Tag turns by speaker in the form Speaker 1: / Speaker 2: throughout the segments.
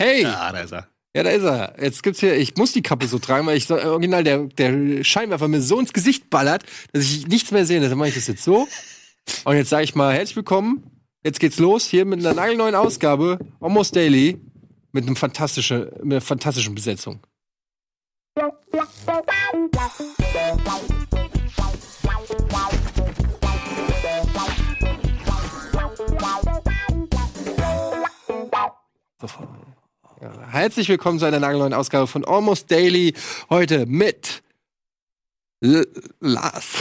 Speaker 1: Hey!
Speaker 2: Ah, da ist er.
Speaker 1: Ja, da ist er. Jetzt gibt's hier, ich muss die Kappe so tragen, weil ich so, äh, original der, der Scheinwerfer mir so ins Gesicht ballert, dass ich nichts mehr sehe. Deshalb mache ich das jetzt so. Und jetzt sage ich mal, herzlich willkommen. Jetzt geht's los hier mit einer nagelneuen Ausgabe, Almost Daily, mit einem fantastischen, mit einer fantastischen Besetzung. Ja, herzlich willkommen zu einer nagelneuen Ausgabe von Almost Daily. Heute mit L Lars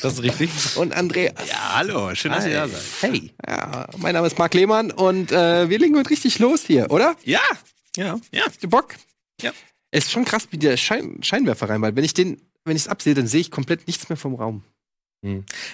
Speaker 3: Das ist richtig.
Speaker 1: und Andreas.
Speaker 2: Ja, hallo, schön, dass ihr da seid.
Speaker 3: Hey.
Speaker 1: Ja, mein Name ist Marc Lehmann und äh, wir legen heute richtig los hier, oder?
Speaker 2: Ja,
Speaker 3: Ja.
Speaker 2: ja.
Speaker 1: Habt ihr Bock?
Speaker 2: Ja.
Speaker 1: Es ist schon krass, wie der Schein Scheinwerfer reinmalt. Wenn ich den, wenn ich es absehe, dann sehe ich komplett nichts mehr vom Raum.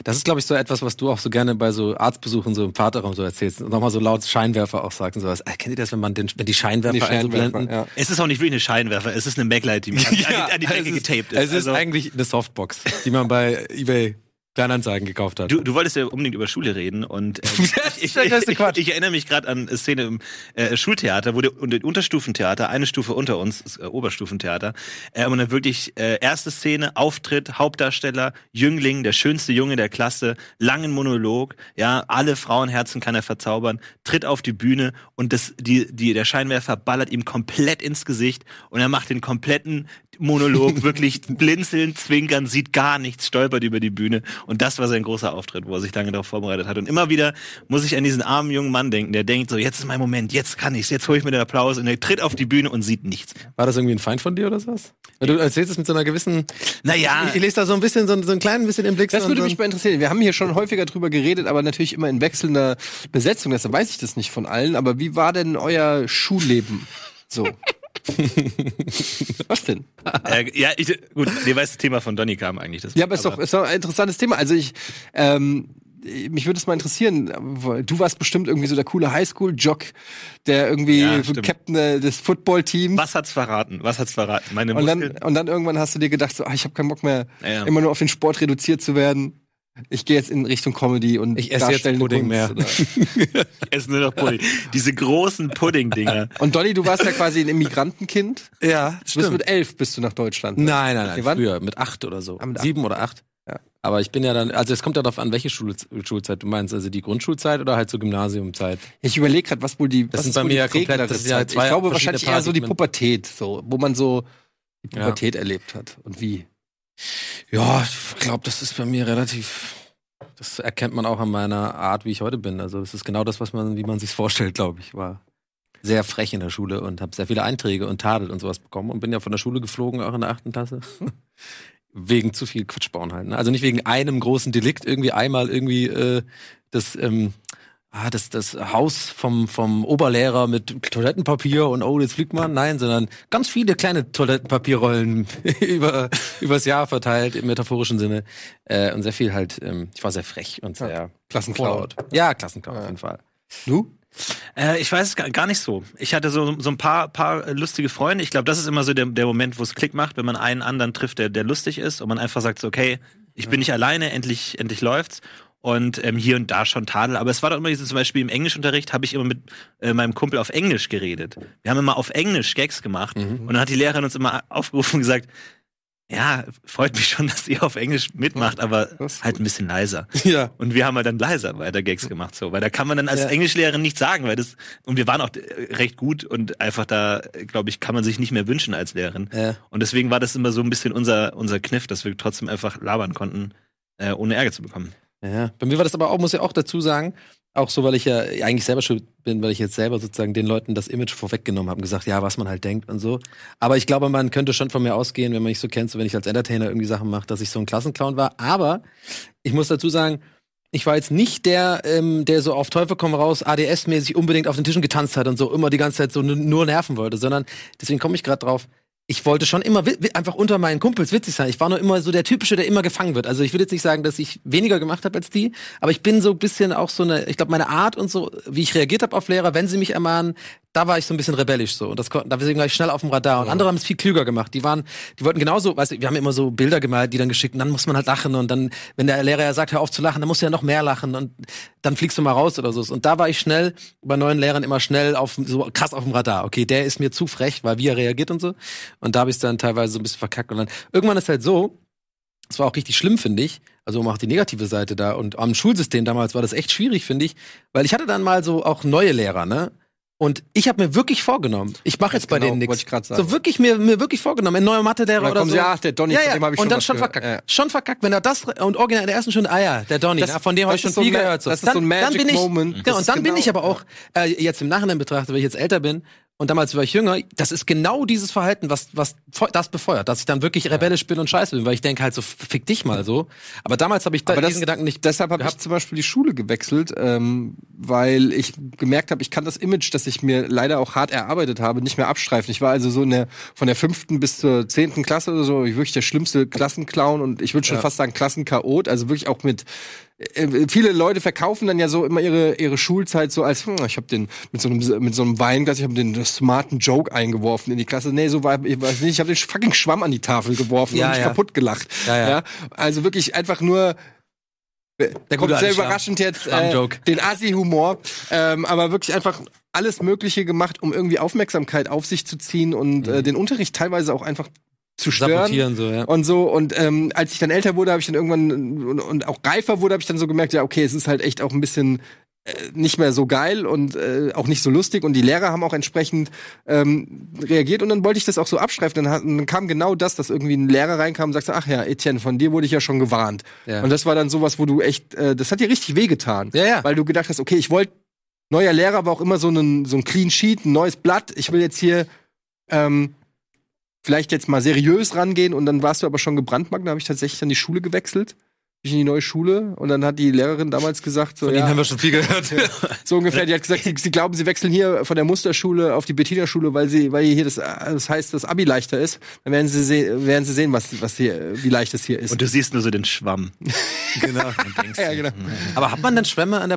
Speaker 3: Das ist, glaube ich, so etwas, was du auch so gerne bei so Arztbesuchen so im Vaterraum so erzählst. Und nochmal so laut Scheinwerfer auch sagst und sowas. Ah, kennt ihr das, wenn man den, wenn die Scheinwerfer, einblenden?
Speaker 1: ja.
Speaker 2: Es ist auch nicht wirklich eine Scheinwerfer, es ist eine Backlight, die mir an, die- an die, an die
Speaker 3: es
Speaker 2: Decke
Speaker 3: ist-
Speaker 2: getaped ist.
Speaker 3: Es ist
Speaker 2: Also,
Speaker 3: eigentlich eine Softbox, die man bei eBay Kleinanzeigen gekauft hat.
Speaker 2: du, du wolltest ja unbedingt über Schule reden und äh,
Speaker 3: Das
Speaker 2: ich,
Speaker 3: ist der größte
Speaker 2: ich,
Speaker 3: Quatsch.
Speaker 2: ich erinnere mich gerade an eine Szene im äh, Schultheater, wo der, und im Unterstufentheater, eine Stufe unter uns, das äh, Oberstufentheater, äh, und dann wirklich äh, erste Szene, Auftritt, Hauptdarsteller, Jüngling, der schönste Junge der Klasse, langen Monolog, ja, alle Frauenherzen kann er verzaubern, tritt auf die Bühne und das, die, die, der Scheinwerfer ballert ihm komplett ins Gesicht und er macht den kompletten Monolog wirklich blinzeln, zwinkern, sieht gar nichts, stolpert über die Bühne. Und das war sein großer Auftritt, wo er sich lange darauf vorbereitet hat. Und immer wieder muss ich an diesen armen jungen Mann denken, der denkt so, jetzt ist mein Moment, jetzt kann ich's, jetzt hole ich mir den Applaus und er tritt auf die Bühne und sieht nichts.
Speaker 3: War das irgendwie ein Feind von dir oder sowas? Weil Du erzählst es mit so einer gewissen.
Speaker 2: Naja,
Speaker 3: Ich, ich lese da so ein bisschen, so, ein- so ein kleinen bisschen im Blick.
Speaker 1: Das
Speaker 3: so
Speaker 1: würde
Speaker 3: so
Speaker 1: mich mal interessieren. Wir haben hier schon häufiger drüber geredet, aber natürlich immer in wechselnder Besetzung. Deshalb weiß ich das nicht von allen. Aber wie war denn euer Schulleben? So. Was denn?
Speaker 2: äh, ja, ich, gut, dir weiß das Thema von Donny kam eigentlich. Das
Speaker 1: Ja, aber es ist doch ist doch ein interessantes Thema. Also ich, ähm, mich würde es mal interessieren, weil du warst bestimmt irgendwie so der coole Highschool-Jock, der irgendwie
Speaker 2: Ja,
Speaker 1: so
Speaker 2: stimmt.
Speaker 1: Captain äh, des Football-Teams.
Speaker 2: was hat's verraten? Was hat's verraten? Meine
Speaker 1: Und
Speaker 2: Muskeln?
Speaker 1: dann, und dann irgendwann hast du dir gedacht, so, ah, ich habe keinen Bock mehr,
Speaker 2: Ja, ja.
Speaker 1: immer nur auf den Sport reduziert zu werden. Ich gehe jetzt in Richtung Comedy und
Speaker 3: Ich esse jetzt
Speaker 1: darstellende
Speaker 3: Pudding mehr.
Speaker 1: oder-
Speaker 2: Es ist nur noch Pudding. Diese großen Pudding-Dinger.
Speaker 1: Und Dolly, du warst ja quasi ein Immigrantenkind.
Speaker 3: ja,
Speaker 1: Du bist
Speaker 3: stimmt.
Speaker 1: mit elf bist du nach Deutschland.
Speaker 3: Nein, nein, nein.
Speaker 1: Okay, wann?
Speaker 3: Früher, mit acht oder so.
Speaker 1: Ah, mit acht.
Speaker 3: Sieben oder acht.
Speaker 1: Ja.
Speaker 3: Aber ich bin ja dann, also es kommt ja darauf an, welche Schul Schulzeit du meinst, also die Grundschulzeit oder halt so Gymnasiumzeit.
Speaker 1: Ich überlege gerade, was wohl die.
Speaker 3: Das
Speaker 1: was
Speaker 3: ist
Speaker 1: ist
Speaker 3: bei
Speaker 1: wohl
Speaker 3: mir
Speaker 1: die
Speaker 3: ja komplett-
Speaker 1: prägendere
Speaker 3: das ist ja
Speaker 1: Zeit?
Speaker 3: zwei
Speaker 1: Ich glaube
Speaker 3: verschiedene
Speaker 1: wahrscheinlich eher so die
Speaker 3: Paradigmen.
Speaker 1: Pubertät, so, wo man so die
Speaker 3: Ja.
Speaker 1: Pubertät erlebt hat und wie.
Speaker 3: Ja, ich glaube, das ist bei mir relativ. Das erkennt man auch an meiner Art, wie ich heute bin. Also das ist genau das, was man, wie man sich vorstellt, glaube ich. War sehr frech in der Schule und habe sehr viele Einträge und Tadel und sowas bekommen und bin ja von der Schule geflogen, auch in der achten Klasse. wegen zu viel Quatsch bauen halt. Ne? Also nicht wegen einem großen Delikt, irgendwie einmal irgendwie äh, das, ähm, ah, das, das Haus vom, vom Oberlehrer mit Toilettenpapier und oh, jetzt fliegt man. Nein, sondern ganz viele kleine Toilettenpapierrollen über, übers Jahr verteilt, im metaphorischen Sinne. Äh, und sehr viel halt, ähm, ich war sehr frech und sehr
Speaker 1: Klassenclown.
Speaker 3: vorlaut. Ja, Klassenclown auf jeden Fall.
Speaker 1: Du?
Speaker 2: Äh, ich weiß es gar, gar nicht so. Ich hatte so, so ein paar, paar äh, lustige Freunde. Ich glaube, das ist immer so der, der Moment, wo es Klick macht, wenn man einen anderen trifft, der, der lustig ist und man einfach sagt, so, okay, ich bin nicht alleine, endlich, endlich läuft's. Und ähm, hier und da schon Tadel. Aber es war doch immer dieses, zum Beispiel im Englischunterricht habe ich immer mit äh, meinem Kumpel auf Englisch geredet. Wir haben immer auf Englisch Gags gemacht.
Speaker 1: Mhm.
Speaker 2: Und dann hat die Lehrerin uns immer aufgerufen und gesagt, ja, freut mich schon, dass ihr auf Englisch mitmacht, aber
Speaker 1: das ist
Speaker 2: halt ein bisschen leiser.
Speaker 3: Ja.
Speaker 2: Und wir haben halt dann leiser weiter Gags gemacht, so. Weil da kann man dann als
Speaker 3: Ja.
Speaker 2: Englischlehrerin nichts sagen, weil das, und wir waren auch äh, recht gut und einfach da, glaube ich, kann man sich nicht mehr wünschen als Lehrerin.
Speaker 3: Äh,
Speaker 2: Und deswegen war das immer so ein bisschen unser, unser Kniff, dass wir trotzdem einfach labern konnten, äh, ohne Ärger zu bekommen.
Speaker 3: Ja. Bei mir war das aber auch, muss ich auch dazu sagen, auch so, weil ich ja eigentlich selber schuld bin, weil ich jetzt selber sozusagen den Leuten das Image vorweggenommen habe und gesagt, ja, was man halt denkt und so. Aber ich glaube, man könnte schon von mir ausgehen, wenn man mich so kennt, so wenn ich als Entertainer irgendwie Sachen mache, dass ich so ein Klassenclown war. Aber ich muss dazu sagen, ich war jetzt nicht der, ähm, der so auf Teufel komm raus, ADS-mäßig unbedingt auf den Tischen getanzt hat und so immer die ganze Zeit so n- nur nerven wollte, sondern deswegen komme ich gerade drauf. Ich wollte schon immer wi- wi- einfach unter meinen Kumpels witzig sein. Ich war nur immer so der Typische, der immer gefangen wird. Also ich will jetzt nicht sagen, dass ich weniger gemacht habe als die, aber ich bin so ein bisschen auch so eine, ich glaube, meine Art und so, wie ich reagiert habe auf Lehrer, wenn sie mich ermahnen, da war ich so ein bisschen rebellisch so. Und das konnten, deswegen war ich schnell auf dem Radar. Und andere haben es viel klüger gemacht. Die waren, die wollten genauso, weißt du, wir haben immer so Bilder gemalt, die dann geschickt und dann muss man halt lachen. Und dann, wenn der Lehrer ja sagt, hör auf zu lachen, dann musst du ja noch mehr lachen und dann fliegst du mal raus oder so. Und da war ich schnell, bei neuen Lehrern immer schnell auf, so krass auf dem Radar. Okay, der ist mir zu frech, weil wie er reagiert und so. Und da habe ich dann teilweise so ein bisschen verkackt. Und dann, irgendwann ist halt so, das war auch richtig schlimm, finde ich. Also um auch die negative Seite da. Und am Schulsystem damals war das echt schwierig, finde ich. Weil ich hatte dann mal so auch neue Lehrer, ne? Und ich habe mir wirklich vorgenommen, ich mache jetzt bei
Speaker 1: Genau,
Speaker 3: denen
Speaker 1: wollte
Speaker 3: nichts.
Speaker 1: ich grad sagen.
Speaker 3: So wirklich mir, mir wirklich vorgenommen, ein neuer Mathelehrer
Speaker 1: Oder
Speaker 3: oder
Speaker 1: kommen
Speaker 3: so.
Speaker 1: sie, ach, der Donny,
Speaker 3: ja,
Speaker 1: von
Speaker 3: ja.
Speaker 1: dem habe ich
Speaker 3: Und
Speaker 1: schon
Speaker 3: dann
Speaker 1: was
Speaker 3: schon
Speaker 1: gehört.
Speaker 3: verkackt.
Speaker 1: Ja, ja.
Speaker 3: Schon verkackt, wenn er das und original in der ersten Stunde, ah ja, der Donny,
Speaker 1: Das-
Speaker 3: ne? von dem habe
Speaker 1: das
Speaker 3: ich schon
Speaker 1: ist so
Speaker 3: viel
Speaker 1: ein Ma-
Speaker 3: gehört. So.
Speaker 1: das ist so ein
Speaker 3: dann bin
Speaker 1: Magic
Speaker 3: ich,
Speaker 1: Moment.
Speaker 3: Ja,
Speaker 1: Das
Speaker 3: und
Speaker 1: ist
Speaker 3: dann bin
Speaker 1: genau-
Speaker 3: ich aber auch äh, jetzt im Nachhinein betrachtet, weil ich jetzt älter bin und damals war ich jünger, das ist genau dieses Verhalten, was, was feu- das befeuert, dass ich dann wirklich rebellisch bin und scheiße bin, weil ich denke halt so, fick dich mal so. Aber damals habe ich da
Speaker 1: Aber das-
Speaker 3: diesen Gedanken nicht.
Speaker 1: Deshalb habe ich zum Beispiel die Schule gewechselt, ähm, weil ich gemerkt habe, ich kann das Image, das ich mir leider auch hart erarbeitet habe, nicht mehr abstreifen. Ich war also so in der, von der fünften bis zur zehnten Klasse oder so wirklich der schlimmste Klassenclown und ich würde schon fast sagen Klassenchaot. Also wirklich auch mit äh, viele Leute verkaufen dann ja so immer ihre ihre Schulzeit so als hm, ich habe den mit so einem mit so einem Weinglas ich habe den smarten Joke eingeworfen in die Klasse nee so war ich weiß nicht ich habe den fucking Schwamm an die Tafel geworfen
Speaker 3: Ja,
Speaker 1: und mich
Speaker 3: ja.
Speaker 1: kaputt gelacht
Speaker 3: Ja, ja.
Speaker 1: also wirklich einfach nur
Speaker 3: Der
Speaker 1: Kommt
Speaker 3: gute alte
Speaker 1: sehr
Speaker 3: Schwamm.
Speaker 1: überraschend jetzt äh,
Speaker 3: Schwamm-Joke.
Speaker 1: den Assi-Humor, ähm, aber wirklich einfach alles Mögliche gemacht, um irgendwie Aufmerksamkeit auf sich zu ziehen und äh, den Unterricht teilweise auch einfach zu stören.
Speaker 3: Mhm. Sabotieren so, ja.
Speaker 1: Und so, und ähm, als ich dann älter wurde, habe ich dann irgendwann und, und auch reifer wurde, habe ich dann so gemerkt, ja, okay, es ist halt echt auch ein bisschen äh, nicht mehr so geil und äh, auch nicht so lustig und die Lehrer haben auch entsprechend ähm, reagiert und dann wollte ich das auch so abschreiben. Dann, hat- dann kam genau das, dass irgendwie ein Lehrer reinkam und sagte, ach ja, Etienne, von dir wurde ich ja schon gewarnt.
Speaker 3: Ja.
Speaker 1: Und das war dann sowas, wo du echt, äh, das hat dir richtig wehgetan.
Speaker 3: Ja, ja.
Speaker 1: Weil du gedacht hast, okay, ich wollte, neuer Lehrer war auch immer so, einen, so ein Clean Sheet, ein neues Blatt. Ich will jetzt hier ähm, vielleicht jetzt mal seriös rangehen und dann warst du aber schon gebrandmarkt. Dann habe ich tatsächlich dann die Schule gewechselt, bin ich in die neue Schule und dann hat die Lehrerin damals gesagt, so,
Speaker 3: Von denen
Speaker 1: ja,
Speaker 3: haben wir schon viel gehört.
Speaker 1: so ungefähr, die hat gesagt, sie, sie glauben, sie wechseln hier von der Musterschule auf die Bettina-Schule, weil sie, weil hier das, das heißt, das Abi leichter ist. Dann werden sie, se werden sie sehen, was, was hier, wie leicht es hier ist.
Speaker 2: Und du siehst nur so den Schwamm.
Speaker 3: genau.
Speaker 1: ja, genau.
Speaker 2: hm.
Speaker 3: Aber hat man dann Schwämme an der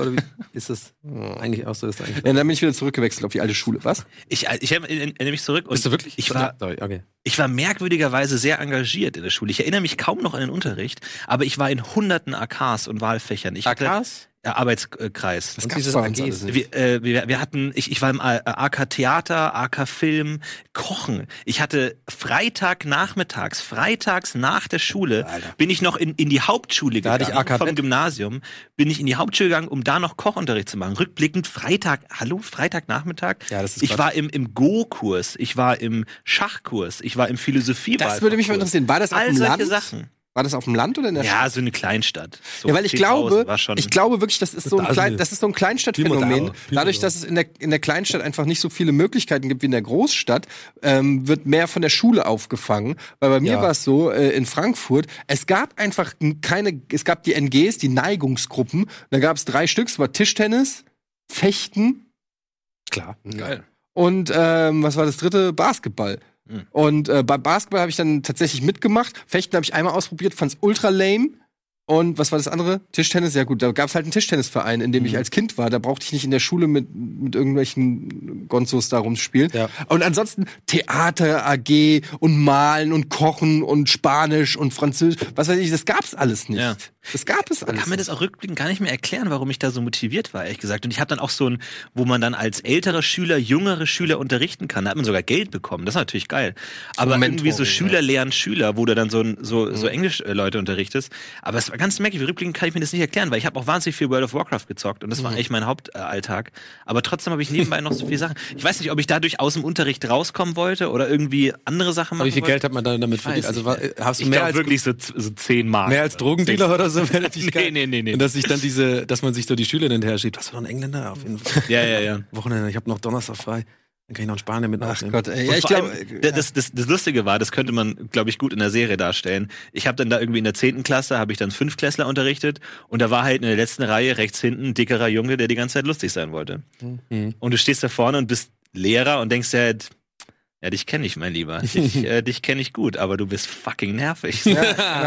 Speaker 3: oder wie ist das eigentlich auch so? Ist eigentlich
Speaker 1: Ja, dann bin ich wieder zurückgewechselt auf die alte Schule. Was?
Speaker 2: Ich, äh, ich erinnere mich zurück. Und Ich war,
Speaker 3: Sorry, okay.
Speaker 2: ich war merkwürdigerweise sehr engagiert in der Schule. Ich erinnere mich kaum noch an den Unterricht, aber ich war in hunderten AKs und Wahlfächern. Ich hatte-
Speaker 3: AKs?
Speaker 2: Ja, Arbeitskreis.
Speaker 1: Das
Speaker 3: Und
Speaker 1: gab's
Speaker 3: dieses
Speaker 1: bei uns
Speaker 3: AGs.
Speaker 1: alles nicht.
Speaker 2: Wir, äh, wir, wir hatten, ich, ich war im äh, A- AK Theater, AK Film, Kochen. Ich hatte Freitag nachmittags, freitags nach der Schule, bin ich noch in, in die Hauptschule
Speaker 3: Da hatte ich
Speaker 2: gegangen,
Speaker 3: AK
Speaker 2: vom
Speaker 3: Bett.
Speaker 2: Gymnasium, bin ich in die Hauptschule gegangen, um da noch Kochunterricht zu machen. Rückblickend Freitag, hallo, Freitagnachmittag.
Speaker 3: Ja, das ist
Speaker 2: ich
Speaker 3: Quatsch.
Speaker 2: war im, im Go-Kurs, ich war im Schachkurs, ich war im Philosophie.
Speaker 1: Das würde mich mal interessieren. War das auf
Speaker 2: All
Speaker 1: dem
Speaker 2: solche
Speaker 1: Land?
Speaker 2: Sachen.
Speaker 1: War das auf dem Land oder in der Stadt?
Speaker 2: Ja, so eine Kleinstadt. So
Speaker 1: ja, weil ich
Speaker 2: 10.000
Speaker 1: glaube,
Speaker 2: war schon
Speaker 1: ich glaube wirklich, das ist so ein,
Speaker 3: Da sind
Speaker 1: Klein,
Speaker 3: wir.
Speaker 1: das ist so ein Kleinstadtphänomen.
Speaker 3: Pimodaro, Pimodaro.
Speaker 1: Dadurch, dass es in der, in der Kleinstadt einfach nicht so viele Möglichkeiten gibt wie in der Großstadt, ähm, wird mehr von der Schule aufgefangen. Weil bei mir
Speaker 3: Ja.
Speaker 1: war es so, äh, in Frankfurt, es gab einfach n- keine, es gab die NGs, die Neigungsgruppen. Da gab es drei Stück, es war Tischtennis, Fechten
Speaker 3: Klar.
Speaker 1: Geil. und ähm, was war das dritte? Basketball.
Speaker 2: Mhm.
Speaker 1: Und äh, beim Basketball habe ich dann tatsächlich mitgemacht. Fechten habe ich einmal ausprobiert, fand's ultra lame. Und was war das andere? Tischtennis, ja gut, da gab's halt einen Tischtennisverein, in
Speaker 2: Hm.
Speaker 1: dem ich als Kind war. Da brauchte ich nicht in der Schule mit, mit irgendwelchen Gonzos da rumspielen.
Speaker 3: Ja.
Speaker 1: Und ansonsten Theater, AG und Malen und Kochen und Spanisch und Französisch, was weiß ich, das gab's alles nicht.
Speaker 2: Ja.
Speaker 1: Das gab es alles
Speaker 2: kann mir
Speaker 1: nicht.
Speaker 2: das auch rückblickend gar nicht mehr erklären, warum ich da so motiviert war, ehrlich gesagt. Und ich habe dann auch so ein, wo man dann als älterer Schüler jüngere Schüler unterrichten kann. Da hat man sogar Geld bekommen. Das ist natürlich geil. Aber
Speaker 1: Mentoring,
Speaker 2: irgendwie so
Speaker 1: ja.
Speaker 2: Schüler lehren Schüler, wo du dann so, ein-
Speaker 3: Mhm.
Speaker 2: so, so Englisch-Leute unterrichtest. Aber es war ganz merkwürdig. Rückblickend kann ich mir das nicht erklären, weil ich habe auch wahnsinnig viel World of Warcraft gezockt und das war
Speaker 3: Mhm.
Speaker 2: eigentlich mein Hauptalltag. Aber trotzdem habe ich nebenbei noch so viele Sachen. Ich weiß nicht, ob ich dadurch aus dem Unterricht rauskommen wollte oder irgendwie andere Sachen
Speaker 3: Aber
Speaker 2: machen
Speaker 3: wie viel
Speaker 2: wollte.
Speaker 3: Geld hat man da damit verdient?
Speaker 2: Weiß
Speaker 3: Also
Speaker 2: ich
Speaker 3: war, hast du
Speaker 2: ich
Speaker 3: mehr
Speaker 2: glaube
Speaker 3: als,
Speaker 2: wirklich so, so 10 Mark.
Speaker 3: mehr als Drogendealer oder so? Wäre natürlich
Speaker 2: äh, Nee,
Speaker 3: geil.
Speaker 2: nee, nee, nee.
Speaker 3: Und dass sich dann diese, dass man sich so die Schüler dann her schiebt. Was war ein Engländer auf jeden Fall?
Speaker 2: Ja, ja, ja.
Speaker 3: Wochenende, ich habe noch Donnerstag frei. Dann kann ich noch einen Spanier mit
Speaker 1: Ach
Speaker 3: aufnehmen.
Speaker 1: Gott, ey, ja,
Speaker 2: Und
Speaker 1: ich
Speaker 2: vor
Speaker 1: glaube,
Speaker 2: allem, da- das, das, das Lustige war, das könnte man, glaube ich, gut in der Serie darstellen. Ich habe dann da irgendwie in der 10. Klasse, habe ich dann Fünftklässler unterrichtet und da war halt in der letzten Reihe rechts hinten ein dickerer Junge, der die ganze Zeit lustig sein wollte.
Speaker 3: Mhm.
Speaker 2: Und du stehst da vorne und bist Lehrer und denkst dir halt, ja, dich kenne ich, mein Lieber. Dich, äh, dich kenne ich gut, aber du bist fucking nervig.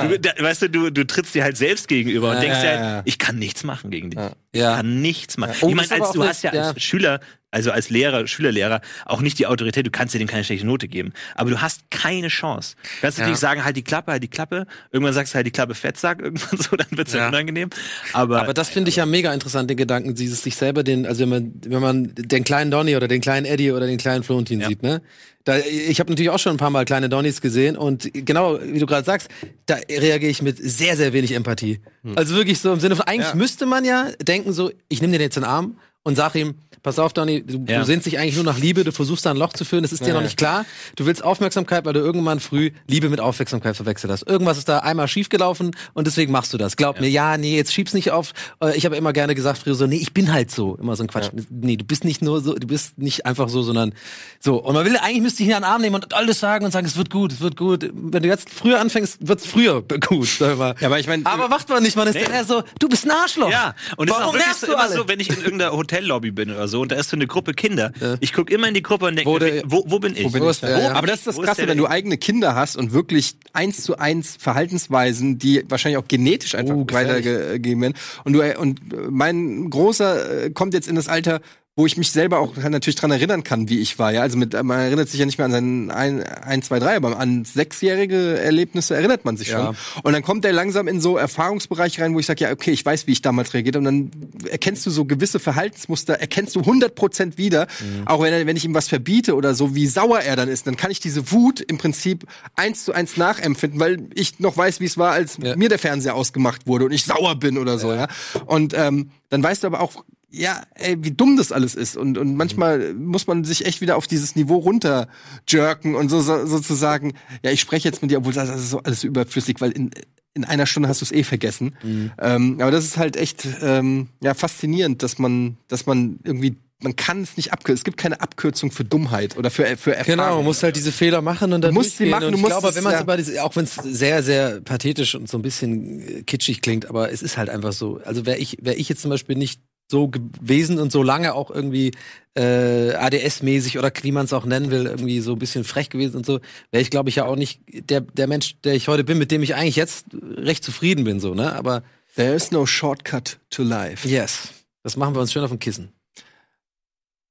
Speaker 2: Du, da, weißt du, du, du trittst dir halt selbst gegenüber und
Speaker 3: Ja,
Speaker 2: denkst dir
Speaker 1: ja,
Speaker 2: halt,
Speaker 1: ja.
Speaker 2: ich kann nichts machen gegen dich.
Speaker 1: Ja.
Speaker 3: Ja.
Speaker 2: kann nichts machen.
Speaker 3: Oh,
Speaker 2: ich
Speaker 3: das ist
Speaker 2: meine,
Speaker 3: aber
Speaker 2: als,
Speaker 3: auch
Speaker 2: du
Speaker 3: eine-
Speaker 2: hast ja,
Speaker 3: ja.
Speaker 2: als Schüler, also als Lehrer, Schülerlehrer, auch nicht die Autorität, du kannst ja dem keine schlechte Note geben. Aber du hast keine Chance. Du kannst
Speaker 3: Ja.
Speaker 2: natürlich sagen, halt die Klappe, halt die Klappe. Irgendwann sagst du halt die Klappe Fettsack, irgendwann so, dann wird's ja,
Speaker 3: Ja.
Speaker 2: unangenehm. Aber,
Speaker 3: Aber also das finde ich ja mega interessant, den Gedanken, dieses sich selber den, also wenn man, wenn man den kleinen Donny oder den kleinen Eddie oder den kleinen Florentin sieht, ne? Da, ich habe natürlich auch schon ein paar Mal kleine Donnys gesehen und genau, wie du gerade sagst, da reagiere ich mit sehr, sehr wenig Empathie. Also wirklich so im Sinne von, eigentlich
Speaker 1: Ja.
Speaker 3: müsste man ja denken so, ich nehme dir jetzt den Arm und sag ihm, pass auf, Donny, du,
Speaker 2: Ja.
Speaker 3: du sehnst dich eigentlich nur nach Liebe, du versuchst da ein Loch zu füllen, das ist dir noch
Speaker 1: Ja.
Speaker 3: nicht klar. Du willst Aufmerksamkeit, weil du irgendwann früh Liebe mit Aufmerksamkeit verwechselt hast. Irgendwas ist da einmal schiefgelaufen und deswegen machst du das. Glaub mir, ja, nee, jetzt schieb's nicht auf. Äh, Ich habe immer gerne gesagt früher so, nee, ich bin halt so. Immer so ein Quatsch. Nee, du bist nicht nur so, du bist nicht einfach so, sondern so. Und man will, eigentlich müsste ich ihn an den Arm nehmen und alles sagen und sagen, es wird gut, es wird gut. Wenn du jetzt früher anfängst, wird's früher gut. Sag ich mal.
Speaker 1: Ja, aber ich mein-
Speaker 3: aber wacht man nicht, man ist
Speaker 2: Nee.
Speaker 3: dann eher so, du bist ein Arschloch.
Speaker 2: Ja, und es ist auch
Speaker 3: Warum
Speaker 2: wirklich
Speaker 3: nervst
Speaker 2: so,
Speaker 3: du
Speaker 2: immer
Speaker 3: alle?
Speaker 2: so, wenn ich in irgendeiner Hotellobby bin oder so und da ist so eine Gruppe Kinder. Ich gucke immer in die Gruppe und denke,
Speaker 3: Wo
Speaker 2: wo,
Speaker 3: der-
Speaker 2: wo, bin ich?
Speaker 1: Wo bin
Speaker 3: Wo
Speaker 1: ich
Speaker 3: ist
Speaker 1: da?
Speaker 3: der, ja.
Speaker 1: Aber das ist das
Speaker 2: Wo ist
Speaker 1: Krasse,
Speaker 2: der
Speaker 1: wenn du
Speaker 2: denn?
Speaker 1: eigene Kinder hast und wirklich eins zu eins Verhaltensweisen, die wahrscheinlich auch genetisch einfach
Speaker 3: Oh, gefährlich.
Speaker 1: weitergegeben werden. Und du äh, und äh, mein großer äh, kommt jetzt in das Alter, wo ich mich selber auch natürlich dran erinnern kann, wie ich war. Ja, also mit, man erinnert sich ja nicht mehr an seinen ein, ein zwei, drei, aber an sechsjährige Erlebnisse erinnert man sich
Speaker 3: Ja.
Speaker 1: schon. Und dann kommt er langsam in so Erfahrungsbereich rein, wo ich sage, ja, okay, ich weiß, wie ich damals reagiert habe. Und dann erkennst du so gewisse Verhaltensmuster, erkennst du 100% wieder. Auch wenn, er- wenn ich ihm was verbiete oder so, wie sauer er dann ist, dann kann ich diese Wut im Prinzip eins zu eins nachempfinden, weil ich noch weiß, wie es war, als
Speaker 3: Ja.
Speaker 1: mir der Fernseher ausgemacht wurde und ich sauer bin oder so, ja. Und ähm, dann weißt du aber auch, ja, ey, wie dumm das alles ist. Und,
Speaker 3: Mhm.
Speaker 1: und manchmal muss man sich echt wieder auf dieses Niveau runterjerken und so, so, sozusagen, ja, ich spreche jetzt mit dir, obwohl das ist so alles überflüssig, weil in, in einer Stunde hast du es eh vergessen.
Speaker 3: Mhm.
Speaker 1: Ähm, aber das ist halt echt ähm, ja, faszinierend, dass man, dass man irgendwie, man kann es nicht abkürzen. Es gibt keine Abkürzung für Dummheit oder für, für Erfahrung.
Speaker 3: Genau, man muss halt diese Fehler machen und dann
Speaker 1: Du musst sie
Speaker 3: durchgehen.
Speaker 1: machen,
Speaker 3: und
Speaker 1: du
Speaker 3: ich
Speaker 1: musst
Speaker 3: glaube,
Speaker 1: es,
Speaker 3: wenn man
Speaker 1: ja.
Speaker 3: aber diese, auch wenn es sehr, sehr pathetisch und so ein bisschen äh, kitschig klingt, aber es ist halt einfach so. Also wäre ich, wäre ich jetzt zum Beispiel nicht so gewesen und so lange auch irgendwie äh, ADS-mäßig oder wie man es auch nennen will, irgendwie so ein bisschen frech gewesen und so, wäre ich, glaube ich, ja auch nicht der, der Mensch, der ich heute bin, mit dem ich eigentlich jetzt recht zufrieden bin, so, ne? Aber
Speaker 1: There is no shortcut to life.
Speaker 3: yes, das machen wir uns schön auf dem Kissen.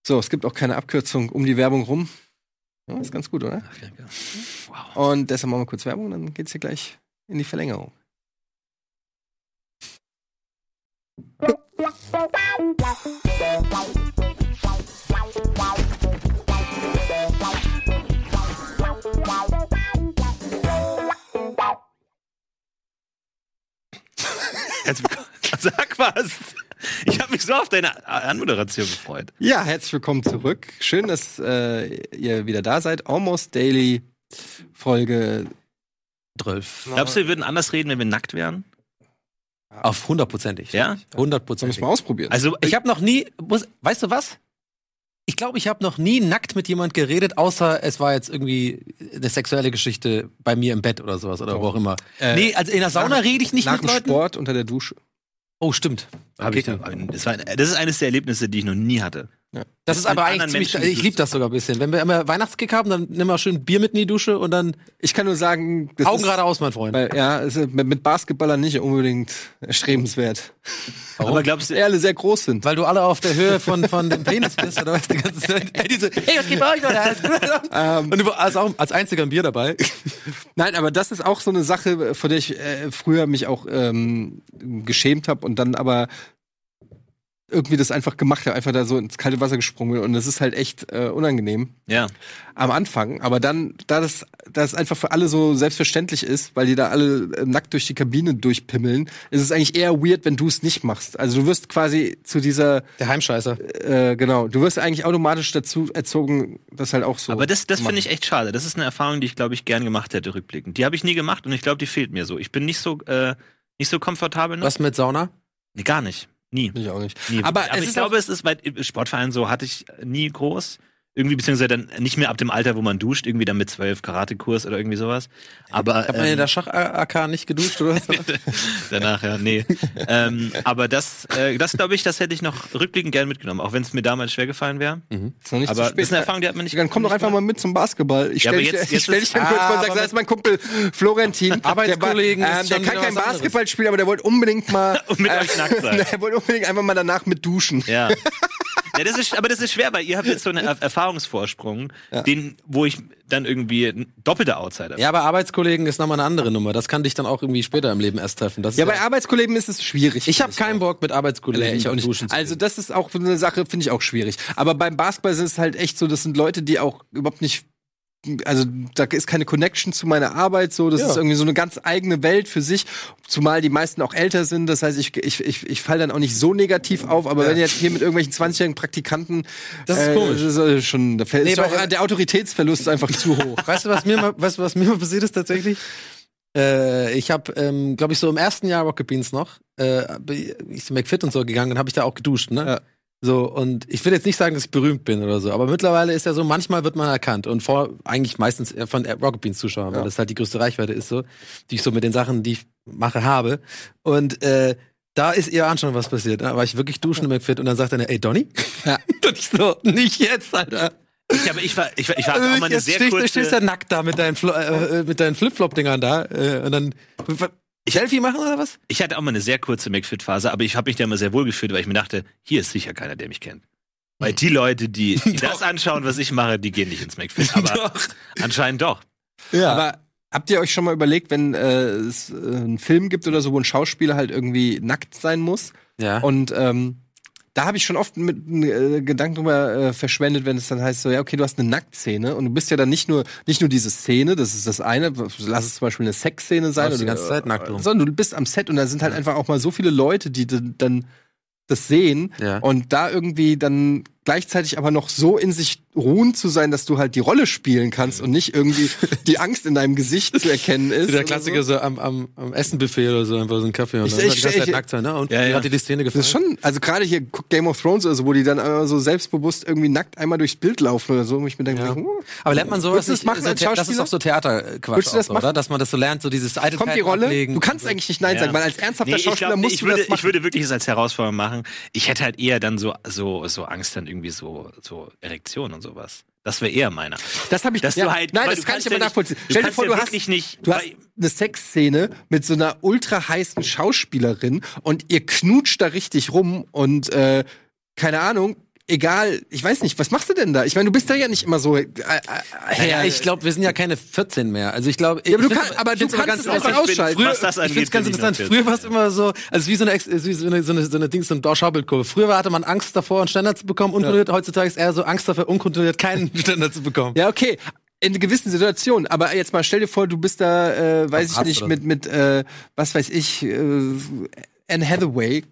Speaker 1: So, es gibt auch keine Abkürzung um die Werbung rum. Ja, ist ganz gut, oder?
Speaker 2: Wow.
Speaker 1: Und deshalb machen wir kurz Werbung, dann geht's hier gleich in die Verlängerung.
Speaker 2: Jetzt, Also, sag was. Ich habe mich so auf deine Anmoderation gefreut.
Speaker 1: Ja, herzlich willkommen zurück. Schön, dass äh, ihr wieder da seid. Almost Daily Folge.
Speaker 3: Drölf.
Speaker 2: Glaubst du, wir würden anders reden, wenn wir nackt wären?
Speaker 3: Auf hundertprozentig.
Speaker 2: Ja?
Speaker 1: Da muss
Speaker 3: Hundertprozentig.
Speaker 1: man ausprobieren.
Speaker 2: Also,
Speaker 3: Ich habe noch nie, muss, weißt du was? Ich glaube, ich habe noch nie nackt mit jemand geredet, außer es war jetzt irgendwie eine sexuelle Geschichte bei mir im Bett oder sowas oder wo auch immer.
Speaker 1: Äh,
Speaker 3: nee, also in der Sauna rede ich nicht
Speaker 1: nach
Speaker 3: mit
Speaker 1: dem
Speaker 3: Leuten.
Speaker 1: Sport unter der Dusche.
Speaker 3: Oh, stimmt.
Speaker 2: hab ich, das, war, das ist eines der Erlebnisse, die ich noch nie hatte.
Speaker 3: Das ist aber
Speaker 2: mit
Speaker 3: eigentlich
Speaker 2: anderen
Speaker 3: ziemlich,
Speaker 2: Menschen
Speaker 3: ich liebe das sogar ein bisschen. Wenn wir immer Weihnachtskick haben, dann nimm mal schön Bier mit in die Dusche und dann
Speaker 1: Ich kann nur sagen, das
Speaker 3: Augen
Speaker 1: ist-
Speaker 3: geradeaus, mein Freund.
Speaker 1: Weil, ja, es ist mit mit Basketballern nicht unbedingt erstrebenswert.
Speaker 2: Aber glaubst du,
Speaker 1: Die alle sehr groß sind.
Speaker 3: Weil du alle auf der Höhe von, von dem Penis bist oder was die ganze Zeit. Hey, die so, hey was geht bei euch noch? Alles gut? Und du warst auch als einziger ein Bier dabei.
Speaker 1: Nein, aber das ist auch so eine Sache, vor der ich äh, früher mich auch ähm, geschämt habe und dann aber irgendwie das einfach gemacht habe, einfach da so ins kalte Wasser gesprungen bin. Und das ist halt echt äh, unangenehm.
Speaker 2: ja.
Speaker 1: am Anfang, aber dann, da das, da das einfach für alle so selbstverständlich ist, weil die da alle äh, nackt durch die Kabine durchpimmeln, ist es eigentlich eher weird, wenn du es nicht machst. Also du wirst quasi zu dieser,
Speaker 3: Der Heimscheißer.
Speaker 1: äh, genau, du wirst eigentlich automatisch dazu erzogen, das halt auch so.
Speaker 2: Aber das, das
Speaker 1: zu machen.
Speaker 2: finde ich echt schade. Das ist eine Erfahrung, die ich, glaube ich, gern gemacht hätte, rückblickend. Die habe ich nie gemacht und ich glaube, die fehlt mir so. Ich bin nicht so, äh, nicht so komfortabel. noch.
Speaker 3: Was mit Sauna?
Speaker 2: Nee, gar nicht. Nie.
Speaker 1: Bin ich auch nicht.
Speaker 2: nie.
Speaker 1: Aber
Speaker 2: Aber,
Speaker 1: es
Speaker 2: ich
Speaker 1: ist
Speaker 2: glaube, es ist bei Sportvereinen so, hatte ich nie groß. Irgendwie, beziehungsweise dann nicht mehr ab dem Alter, wo man duscht, irgendwie dann mit zwölf Karatekurs oder irgendwie sowas. Aber ähm,
Speaker 3: Hat man in Äh, der Schach-AK nicht geduscht, oder?
Speaker 2: danach, ja, nee. ähm, aber das, äh, das glaube ich, das hätte ich noch rückblickend gern mitgenommen, auch wenn es mir damals schwer gefallen wäre.
Speaker 1: Ist noch nicht
Speaker 2: Aber
Speaker 1: zu
Speaker 2: das
Speaker 1: spät.
Speaker 2: ist eine Erfahrung, die hat man nicht.
Speaker 1: dann komm doch einfach mal mit zum Basketball. Ich
Speaker 2: Ja,
Speaker 1: stell dich,
Speaker 2: aber jetzt-
Speaker 1: ich
Speaker 2: jetzt
Speaker 1: stell
Speaker 2: ist-
Speaker 1: dich dann kurz
Speaker 3: Ah,
Speaker 1: vor und sag,
Speaker 3: aber-
Speaker 1: da ist mein Kumpel Florentin.
Speaker 3: Arbeitskollegen
Speaker 1: Der, war-
Speaker 3: ist
Speaker 1: ähm, der
Speaker 3: schon
Speaker 1: kann
Speaker 3: wieder
Speaker 1: kein
Speaker 3: was anderes.
Speaker 1: Basketball spielen, aber der wollte unbedingt mal. äh,
Speaker 2: Und mit euch nackt sein.
Speaker 1: Der wollte unbedingt einfach mal danach mit duschen.
Speaker 2: Ja. ja das ist, aber das ist schwer, weil ihr habt jetzt so einen er Erfahrungsvorsprung, den, wo ich dann irgendwie ein doppelter Outsider bin.
Speaker 3: Ja, aber Arbeitskollegen ist nochmal eine andere Nummer. Das kann dich dann auch irgendwie später im Leben erst treffen. Das ist
Speaker 1: Ja, bei Arbeitskollegen ist es schwierig.
Speaker 3: ich habe keinen Bock mit Arbeitskollegen
Speaker 1: Nee, ich auch
Speaker 3: duschen
Speaker 1: nicht.
Speaker 3: zu
Speaker 1: Also
Speaker 3: gehen.
Speaker 1: das ist auch so eine Sache, finde ich auch schwierig. Aber beim Basketball ist es halt echt so, das sind Leute, die auch überhaupt nicht also da ist keine Connection zu meiner Arbeit so, das
Speaker 3: Ja.
Speaker 1: ist irgendwie so eine ganz eigene Welt für sich, zumal die meisten auch älter sind, das heißt, ich, ich, ich, ich falle dann auch nicht so negativ auf, aber wenn jetzt hier mit irgendwelchen 20-jährigen Praktikanten
Speaker 3: Das ist komisch.
Speaker 1: das ist äh, schon, da fällt
Speaker 3: Nee,
Speaker 1: ist auch,
Speaker 3: aber-
Speaker 1: äh, der Autoritätsverlust ist einfach zu hoch.
Speaker 3: Weißt du, was mir mal, weißt du, was mir mal passiert ist tatsächlich? Äh, ich habe, ähm, glaube ich, so im ersten Jahr Rocket Beans noch, äh, bin ich zu McFit und so gegangen und habe ich da auch geduscht, ne?
Speaker 1: Ja.
Speaker 3: So, und ich will jetzt nicht sagen, dass ich berühmt bin oder so, aber mittlerweile ist ja so, manchmal wird man erkannt und vor, eigentlich meistens eher von Rocket Beans Zuschauern, weil
Speaker 1: Ja.
Speaker 3: das halt die größte Reichweite ist, so, die ich so mit den Sachen, die ich mache, habe. Und, äh, da ist ihr an schon was passiert. Da war ich wirklich duschen im McFit und dann sagt er, ey, Donny?
Speaker 1: Ja.
Speaker 3: und ich so, nicht jetzt, Alter.
Speaker 2: Ich, aber ich war, ich war, ich war
Speaker 1: Äh,
Speaker 2: auch mal eine
Speaker 3: Äh, Jetzt
Speaker 2: sehr
Speaker 3: stehst, du- stehst da
Speaker 2: kurze.
Speaker 3: nackt da mit deinen, Flo äh, äh, mit deinen Flip-Flop-Dingern da äh, und dann ich Selfie machen oder was?
Speaker 2: Ich hatte auch mal eine sehr kurze McFit-Phase, aber ich habe mich da immer sehr wohl gefühlt, weil ich mir dachte, hier ist sicher keiner, der mich kennt. Weil die Leute, die, die das anschauen, was ich mache, die gehen nicht ins McFit. Aber anscheinend doch.
Speaker 3: Ja. Aber
Speaker 1: Aber habt ihr euch schon mal überlegt, wenn äh, es äh, einen Film gibt oder so, wo ein Schauspieler halt irgendwie nackt sein muss?
Speaker 3: ja.
Speaker 1: Und ähm, da habe ich schon oft mit äh, Gedanken drüber äh, verschwendet, wenn es dann heißt, so, ja, okay, du hast eine Nacktszene und du bist ja dann nicht nur, nicht nur diese Szene, das ist das eine, lass es zum Beispiel eine Sexszene sein,
Speaker 3: Läufst die
Speaker 1: oder-
Speaker 3: ganze Zeit nackt rum.
Speaker 1: sondern du bist am Set und da sind halt einfach auch mal so viele Leute, die dann- dann das sehen
Speaker 3: Ja.
Speaker 1: und da irgendwie dann gleichzeitig aber noch so in sich ruhend zu sein, dass du halt die Rolle spielen kannst und nicht irgendwie die Angst in deinem Gesicht zu erkennen ist.
Speaker 3: der
Speaker 1: oder
Speaker 3: Klassiker so am, am, am Essenbuffet oder so, einfach so einen Kaffee und
Speaker 1: Ich-
Speaker 3: dann immer
Speaker 1: ich-
Speaker 3: die ganze Zeit
Speaker 1: ich-
Speaker 3: nackt sein, ne? Und
Speaker 2: Ja,
Speaker 3: mir
Speaker 2: ja.
Speaker 3: hat dir die Szene gefallen.
Speaker 1: Das ist schon, also gerade hier guck Game of Thrones oder so, wo die dann einmal so selbstbewusst irgendwie nackt einmal durchs Bild laufen oder so, und ich mir denke,
Speaker 3: Ja.
Speaker 1: oh,
Speaker 3: Aber lernt man sowas
Speaker 1: Würdest du das
Speaker 3: nicht?
Speaker 1: machen
Speaker 3: so,
Speaker 1: als
Speaker 3: das ist
Speaker 1: Schauspieler?
Speaker 3: doch so Theaterquatsch,
Speaker 1: Würdest du das
Speaker 3: auch so, oder?
Speaker 1: machen?
Speaker 3: Dass man das so lernt, so dieses alte
Speaker 1: kommt die Rolle?
Speaker 3: Ablegen.
Speaker 1: Du kannst eigentlich nicht nein
Speaker 2: Ja.
Speaker 1: sagen, weil als ernsthafter
Speaker 2: Nee, ich,
Speaker 1: Schauspieler
Speaker 2: glaub,
Speaker 1: musst
Speaker 2: ich
Speaker 1: du
Speaker 2: würde,
Speaker 1: das machen.
Speaker 2: ich würde wirklich es als Herausforderung machen. Ich hätte halt eher dann so, so, so Angst dann irgendwie so, so Erektion und sowas. Das wäre eher meiner.
Speaker 1: das habe ich
Speaker 2: Dass
Speaker 1: ja,
Speaker 2: du halt,
Speaker 1: Nein,
Speaker 2: weil
Speaker 1: das
Speaker 2: du
Speaker 1: kann
Speaker 2: kannst
Speaker 1: ich aber
Speaker 2: ja nicht-
Speaker 1: nachvollziehen.
Speaker 2: Du
Speaker 1: Stell dir
Speaker 2: kannst
Speaker 1: vor,
Speaker 2: ja
Speaker 1: du hast,
Speaker 2: wirklich nicht.
Speaker 1: du hast
Speaker 2: weil-
Speaker 1: eine Sexszene mit so einer ultra heißen Schauspielerin und ihr knutscht da richtig rum und äh, keine Ahnung. Egal, ich weiß nicht, was machst du denn da? Ich meine, du bist da ja nicht immer so. Äh, äh, her.
Speaker 3: Ja, ich glaube, wir sind ja keine 14 mehr. Also ich glaube,
Speaker 1: aber du kannst- aber du kannst es einfach
Speaker 2: Ich bin- ausschalten.
Speaker 3: Früher,
Speaker 2: Halt, was das
Speaker 3: ich find's
Speaker 2: angeht,
Speaker 3: ganz
Speaker 2: bin ich
Speaker 3: interessant.
Speaker 2: noch fit.
Speaker 3: Früher war es immer so, also es ist wie so eine, Ex- es ist wie so eine, so eine, so eine Dings, so eine Dorschhaubelkurve. Früher hatte man Angst davor, einen Ständer zu bekommen, unkontrolliert. Heutzutage ist eher so Angst davor, unkontrolliert keinen Ständer zu bekommen.
Speaker 1: Ja, okay. In gewissen Situationen. Aber jetzt mal stell dir vor, du bist da, äh, weiß ich
Speaker 3: Arzt
Speaker 1: nicht,
Speaker 3: oder
Speaker 1: mit, mit äh, was weiß ich, äh, Anne Hathaway.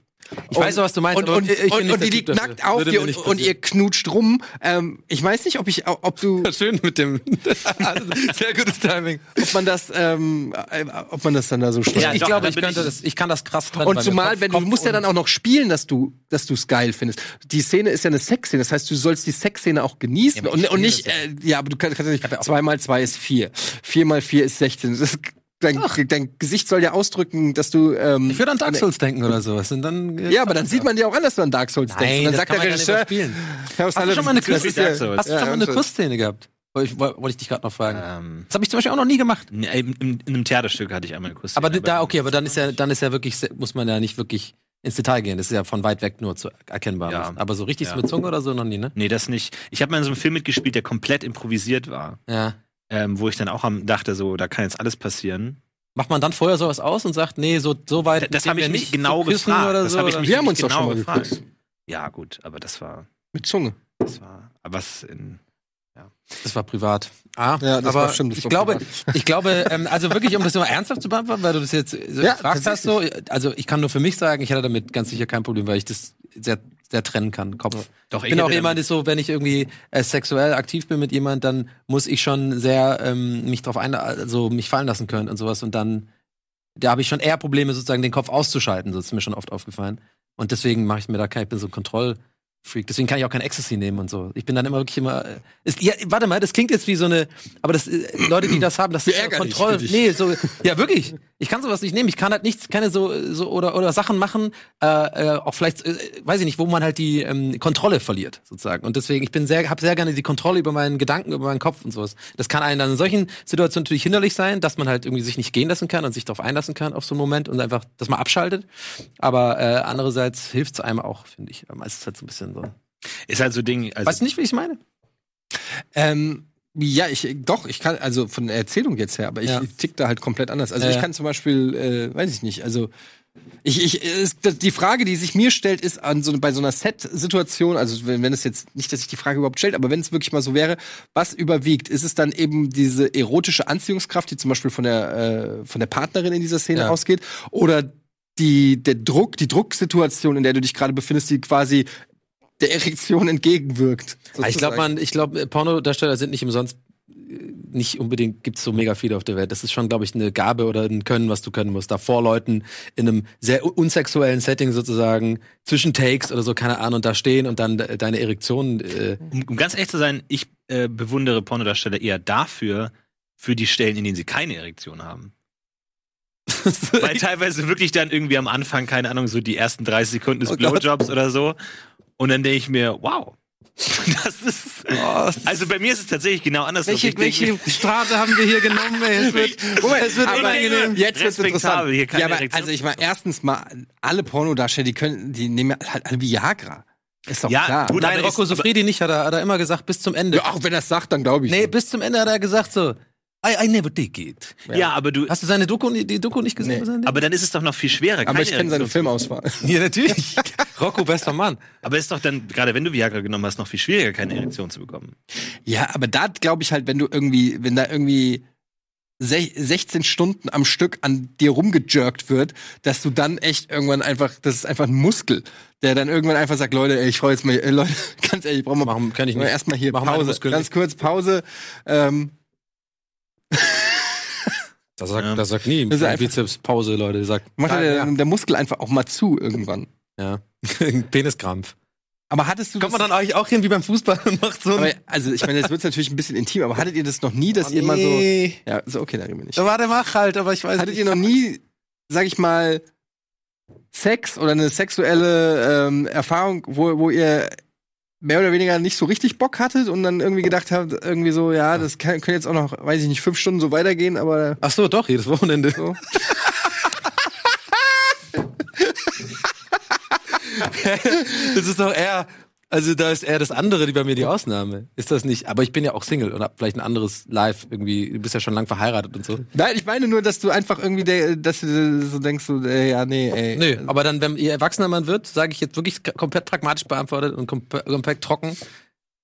Speaker 3: Ich weiß auch, was du meinst,
Speaker 1: Und,
Speaker 3: aber
Speaker 1: und,
Speaker 3: ich bin
Speaker 1: und,
Speaker 3: nicht
Speaker 1: und
Speaker 3: der
Speaker 1: die
Speaker 3: Typ
Speaker 1: liegt
Speaker 3: dafür.
Speaker 1: nackt auf
Speaker 3: Würde
Speaker 1: dir
Speaker 3: mir
Speaker 1: und,
Speaker 3: nicht
Speaker 1: und ihr
Speaker 3: passieren.
Speaker 1: knutscht rum. Ähm, ich weiß nicht, ob ich, ob du,
Speaker 3: Schön mit dem. Also, Sehr gutes Timing.
Speaker 1: ob man das, ähm, äh, ob man das dann da so schnell.
Speaker 2: Ja,
Speaker 3: ich
Speaker 2: doch,
Speaker 3: glaube,
Speaker 2: da
Speaker 3: ich
Speaker 2: bin
Speaker 3: könnte
Speaker 2: ich-
Speaker 3: das, ich kann das krass trennen. bei
Speaker 1: Und
Speaker 3: mir.
Speaker 1: zumal,
Speaker 3: Kopf-
Speaker 1: wenn du
Speaker 3: Kopf
Speaker 1: musst ja
Speaker 3: und-
Speaker 1: dann auch noch spielen, dass du, dass du es geil findest. Die Szene ist ja eine Sexszene, das heißt, du sollst die Sexszene auch genießen
Speaker 3: Ja, aber
Speaker 1: und,
Speaker 3: ich
Speaker 1: und
Speaker 3: spiele
Speaker 1: nicht,
Speaker 3: das
Speaker 1: äh, ja, aber du kannst, kannst ja nicht, zwei mal zwei ist vier, vier mal vier ist 16. Das ist, dein, dein Gesicht soll ja ausdrücken, dass du, ähm,
Speaker 3: Ich würde an Dark Souls denken oder sowas. Und dann, äh,
Speaker 1: ja, aber dann sieht man ja auch anders, wenn du an Dark Souls denkst. Und
Speaker 3: Nein,
Speaker 1: dann
Speaker 3: das
Speaker 1: sagt
Speaker 3: kann
Speaker 1: der
Speaker 3: man gar nicht
Speaker 1: Regisseur,
Speaker 3: überspielen.
Speaker 1: Herr
Speaker 3: Hast du schon mal eine
Speaker 1: das ist ja-
Speaker 2: Dark Souls?
Speaker 3: Hast du schon mal eine
Speaker 1: Dark Souls.
Speaker 3: Kussszene gehabt? Wollte ich, wollte ich dich gerade noch fragen.
Speaker 2: Ähm, äh,
Speaker 3: Das habe ich zum Beispiel auch noch nie gemacht.
Speaker 2: in, in, in einem Theaterstück hatte ich einmal einen Kuss.
Speaker 3: Aber da, okay, aber dann ist ja, dann ist ja wirklich, se- muss man ja nicht wirklich ins Detail gehen. Das ist ja von weit weg nur zu erkennbar.
Speaker 2: Ja.
Speaker 3: Aber so richtig
Speaker 2: Ja.
Speaker 3: mit Zunge oder so noch nie, ne?
Speaker 2: Nee, das nicht. Ich habe mal in so einem Film mitgespielt, der komplett improvisiert war.
Speaker 3: Ja.
Speaker 2: Ähm, wo ich dann auch am, dachte, so, da kann jetzt alles passieren.
Speaker 3: Macht man dann vorher sowas aus und sagt, nee, so, so weit.
Speaker 2: Das, das
Speaker 3: gehen
Speaker 2: habe ich
Speaker 3: wir
Speaker 2: mich
Speaker 3: nicht
Speaker 2: genau
Speaker 3: so küssen
Speaker 2: gefragt.
Speaker 3: Oder
Speaker 2: das
Speaker 3: so,
Speaker 2: hab ich
Speaker 3: oder?
Speaker 2: mich
Speaker 1: Wir haben uns doch
Speaker 2: genau
Speaker 1: schon mal
Speaker 2: gefragt.
Speaker 1: geküsst.
Speaker 2: Ja, gut, aber das war,
Speaker 1: Mit Zunge.
Speaker 2: das war, aber was in,
Speaker 3: das war privat. Ah,
Speaker 1: Ja, das
Speaker 3: aber
Speaker 1: war stimmt, das
Speaker 3: ich
Speaker 1: war
Speaker 3: glaube, ich glaube, ähm, also wirklich, um das mal ernsthaft zu beantworten, weil du das jetzt äh, so
Speaker 1: Ja,
Speaker 3: gefragt hast, so, also ich kann nur für mich sagen, ich hätte damit ganz sicher kein Problem, weil ich das sehr, sehr trennen kann, Kopf.
Speaker 2: Doch, ich
Speaker 3: ich bin auch
Speaker 2: hätte
Speaker 3: jemand, ist so, wenn ich irgendwie äh, sexuell aktiv bin mit jemand, dann muss ich schon sehr ähm, mich drauf ein, also mich fallen lassen können und sowas und dann, da habe ich schon eher Probleme, sozusagen den Kopf auszuschalten, so ist mir schon oft aufgefallen. Und deswegen mache ich mir da kein, ich bin so ein Kontroll,
Speaker 1: Freak.
Speaker 3: Deswegen kann ich auch kein Ecstasy nehmen und so. Ich bin dann immer wirklich immer. äh, Ist, ja, warte mal, das klingt jetzt wie so eine. Aber das äh, Leute, die das haben, das ist ja
Speaker 1: ärgerlich
Speaker 3: Kontroll.
Speaker 1: für dich.
Speaker 3: Nee, so. Ja, wirklich. Ich kann sowas nicht nehmen. Ich kann halt nichts, keine so, so oder, oder Sachen machen, äh, äh, auch vielleicht, äh, weiß ich nicht, wo man halt die ähm, Kontrolle verliert, sozusagen. Und deswegen, ich bin sehr, habe sehr gerne die Kontrolle über meinen Gedanken, über meinen Kopf und sowas. Das kann einen dann in solchen Situationen natürlich hinderlich sein, dass man halt irgendwie sich nicht gehen lassen kann und sich darauf einlassen kann auf so einen Moment und einfach, dass man abschaltet. Aber äh, andererseits hilft es einem auch, finde ich. Aber es ist halt so ein bisschen so.
Speaker 2: Ist halt so ein Ding. Also,
Speaker 3: Weißt du nicht, wie ich meine?
Speaker 1: Ähm, ja, ich doch, ich kann, also von der Erzählung jetzt her, aber ich
Speaker 3: Ja.
Speaker 1: tick da halt komplett anders. Also
Speaker 3: Ja,
Speaker 1: ich
Speaker 3: ja.
Speaker 1: kann zum Beispiel, äh, weiß ich nicht, also ich, ich, es- das- die Frage, die sich mir stellt, ist an so, bei so einer Set-Situation, also wenn, wenn es jetzt, nicht, dass ich die Frage überhaupt stellt, aber wenn es wirklich mal so wäre, was überwiegt? Ist es dann eben diese erotische Anziehungskraft, die zum Beispiel von der, äh, von der Partnerin in dieser Szene
Speaker 3: Ja.
Speaker 1: ausgeht? Oder die, der Druck, die Drucksituation, in der du dich gerade befindest, die quasi der Erektion entgegenwirkt?
Speaker 3: Ah, Ich
Speaker 1: sozusagen?
Speaker 3: glaube, man, ich glaube, Pornodarsteller sind nicht umsonst äh, nicht unbedingt gibt's so mega viele auf der Welt. Das ist schon, glaube ich, eine Gabe oder ein Können, was du können musst. Da vor Leuten in einem sehr un- unsexuellen Setting sozusagen zwischen Takes oder so, keine Ahnung, und da stehen und dann de- deine Erektion. Äh,
Speaker 2: um, um ganz ehrlich zu sein, ich äh, bewundere Pornodarsteller eher dafür, für die Stellen, in denen sie keine Erektion haben. Weil teilweise wirklich dann irgendwie am Anfang, keine Ahnung, so die ersten 30 Sekunden des
Speaker 3: Oh Gott.
Speaker 2: Blowjobs oder so. Und dann denke ich mir, wow. Das ist.
Speaker 3: oh,
Speaker 2: Also bei mir ist es tatsächlich genau andersrum. Ich denk mir-
Speaker 3: Straße haben wir hier genommen? Ey? Es wird,
Speaker 1: Moment,
Speaker 3: es wird
Speaker 1: aber
Speaker 3: unangenehm.
Speaker 1: Jetzt wird's interessant.
Speaker 2: Respektabel, hier keine
Speaker 1: ja, aber,
Speaker 2: Erektion.
Speaker 1: also ich meine, erstens mal, alle Pornodarsteller, die können, die nehmen halt alle Viagra. Ist doch
Speaker 2: Ja,
Speaker 1: klar.
Speaker 2: gut,
Speaker 3: Nein,
Speaker 2: aber
Speaker 3: Rocco
Speaker 2: ist- aber-
Speaker 3: Sofredi nicht, hat er, hat er immer gesagt, bis zum Ende.
Speaker 1: ja, auch wenn er es sagt, dann glaube ich.
Speaker 3: Nee,
Speaker 1: schon.
Speaker 3: bis zum Ende hat er gesagt so, I, I never did it.
Speaker 2: ja, aber du.
Speaker 3: Hast du seine Doku, die Doku nicht gesehen?
Speaker 1: Nee.
Speaker 3: über seinen Dick?
Speaker 2: Aber dann ist es doch noch viel schwerer.
Speaker 1: aber
Speaker 2: keine
Speaker 1: ich kenne seine
Speaker 2: Erektion zu
Speaker 1: Filmauswahl.
Speaker 3: Ja, natürlich. Rocco, bester Mann.
Speaker 2: Aber ist doch dann, gerade wenn du Viagra genommen hast, noch viel schwieriger, keine Erektion zu bekommen.
Speaker 1: Ja, aber da glaube ich halt, wenn du irgendwie, wenn da irgendwie sech- 16 Stunden am Stück an dir rumgejirkt wird, dass du dann echt irgendwann einfach, das ist einfach ein Muskel, der dann irgendwann einfach sagt, Leute, ey, ich hau jetzt mal, ey, Leute, ganz ehrlich, ich brauche mal
Speaker 3: Machen kann ich
Speaker 1: Nur
Speaker 3: nicht.
Speaker 1: erstmal hier
Speaker 3: Machen wir eine
Speaker 1: Pause.
Speaker 3: Muskeln-
Speaker 1: Ganz kurz Pause. Ähm,
Speaker 3: Das sagt,
Speaker 2: Ja.
Speaker 3: das sagt nie.
Speaker 1: Das ist einfach-
Speaker 3: Bizeps, Pause, Leute. Das sagt,
Speaker 1: macht der,
Speaker 3: ja.
Speaker 1: der Muskel einfach auch mal zu irgendwann.
Speaker 3: Ah, ja. Peniskrampf.
Speaker 1: Aber hattest du
Speaker 3: Kommt man
Speaker 1: das,
Speaker 3: dann eigentlich auch hin wie beim Fußball und macht so
Speaker 1: aber,
Speaker 3: ein. Oh,
Speaker 1: also ich meine, jetzt wird's natürlich ein bisschen intim, aber hattet ihr das noch nie, dass ihr mal so
Speaker 3: nee.
Speaker 1: Ja, so okay, da reden wir nicht.
Speaker 3: so. Warte, mach halt, aber ich weiß
Speaker 1: Hattet ihr noch nie, sag ich mal, Sex oder eine sexuelle ähm, Erfahrung, wo, wo ihr mehr oder weniger nicht so richtig Bock hattet und dann irgendwie gedacht habt, irgendwie so, ja, das kann, könnte jetzt auch noch, weiß ich nicht, fünf Stunden so weitergehen, aber
Speaker 3: Ach so, doch, jedes Wochenende.
Speaker 1: so.
Speaker 3: Das ist doch eher. Also da ist eher das andere, die bei mir die Ausnahme. Ist das nicht? Aber ich bin ja auch Single und hab vielleicht ein anderes Live irgendwie. Du bist ja schon lang verheiratet und so.
Speaker 1: Nein, ich meine nur, dass du einfach irgendwie, der, dass du so denkst, so, äh, ja, nee, ey.
Speaker 3: Nö, aber dann, wenn ihr erwachsener Mann wird, sage ich jetzt wirklich k- komplett pragmatisch beantwortet und komp komplett trocken.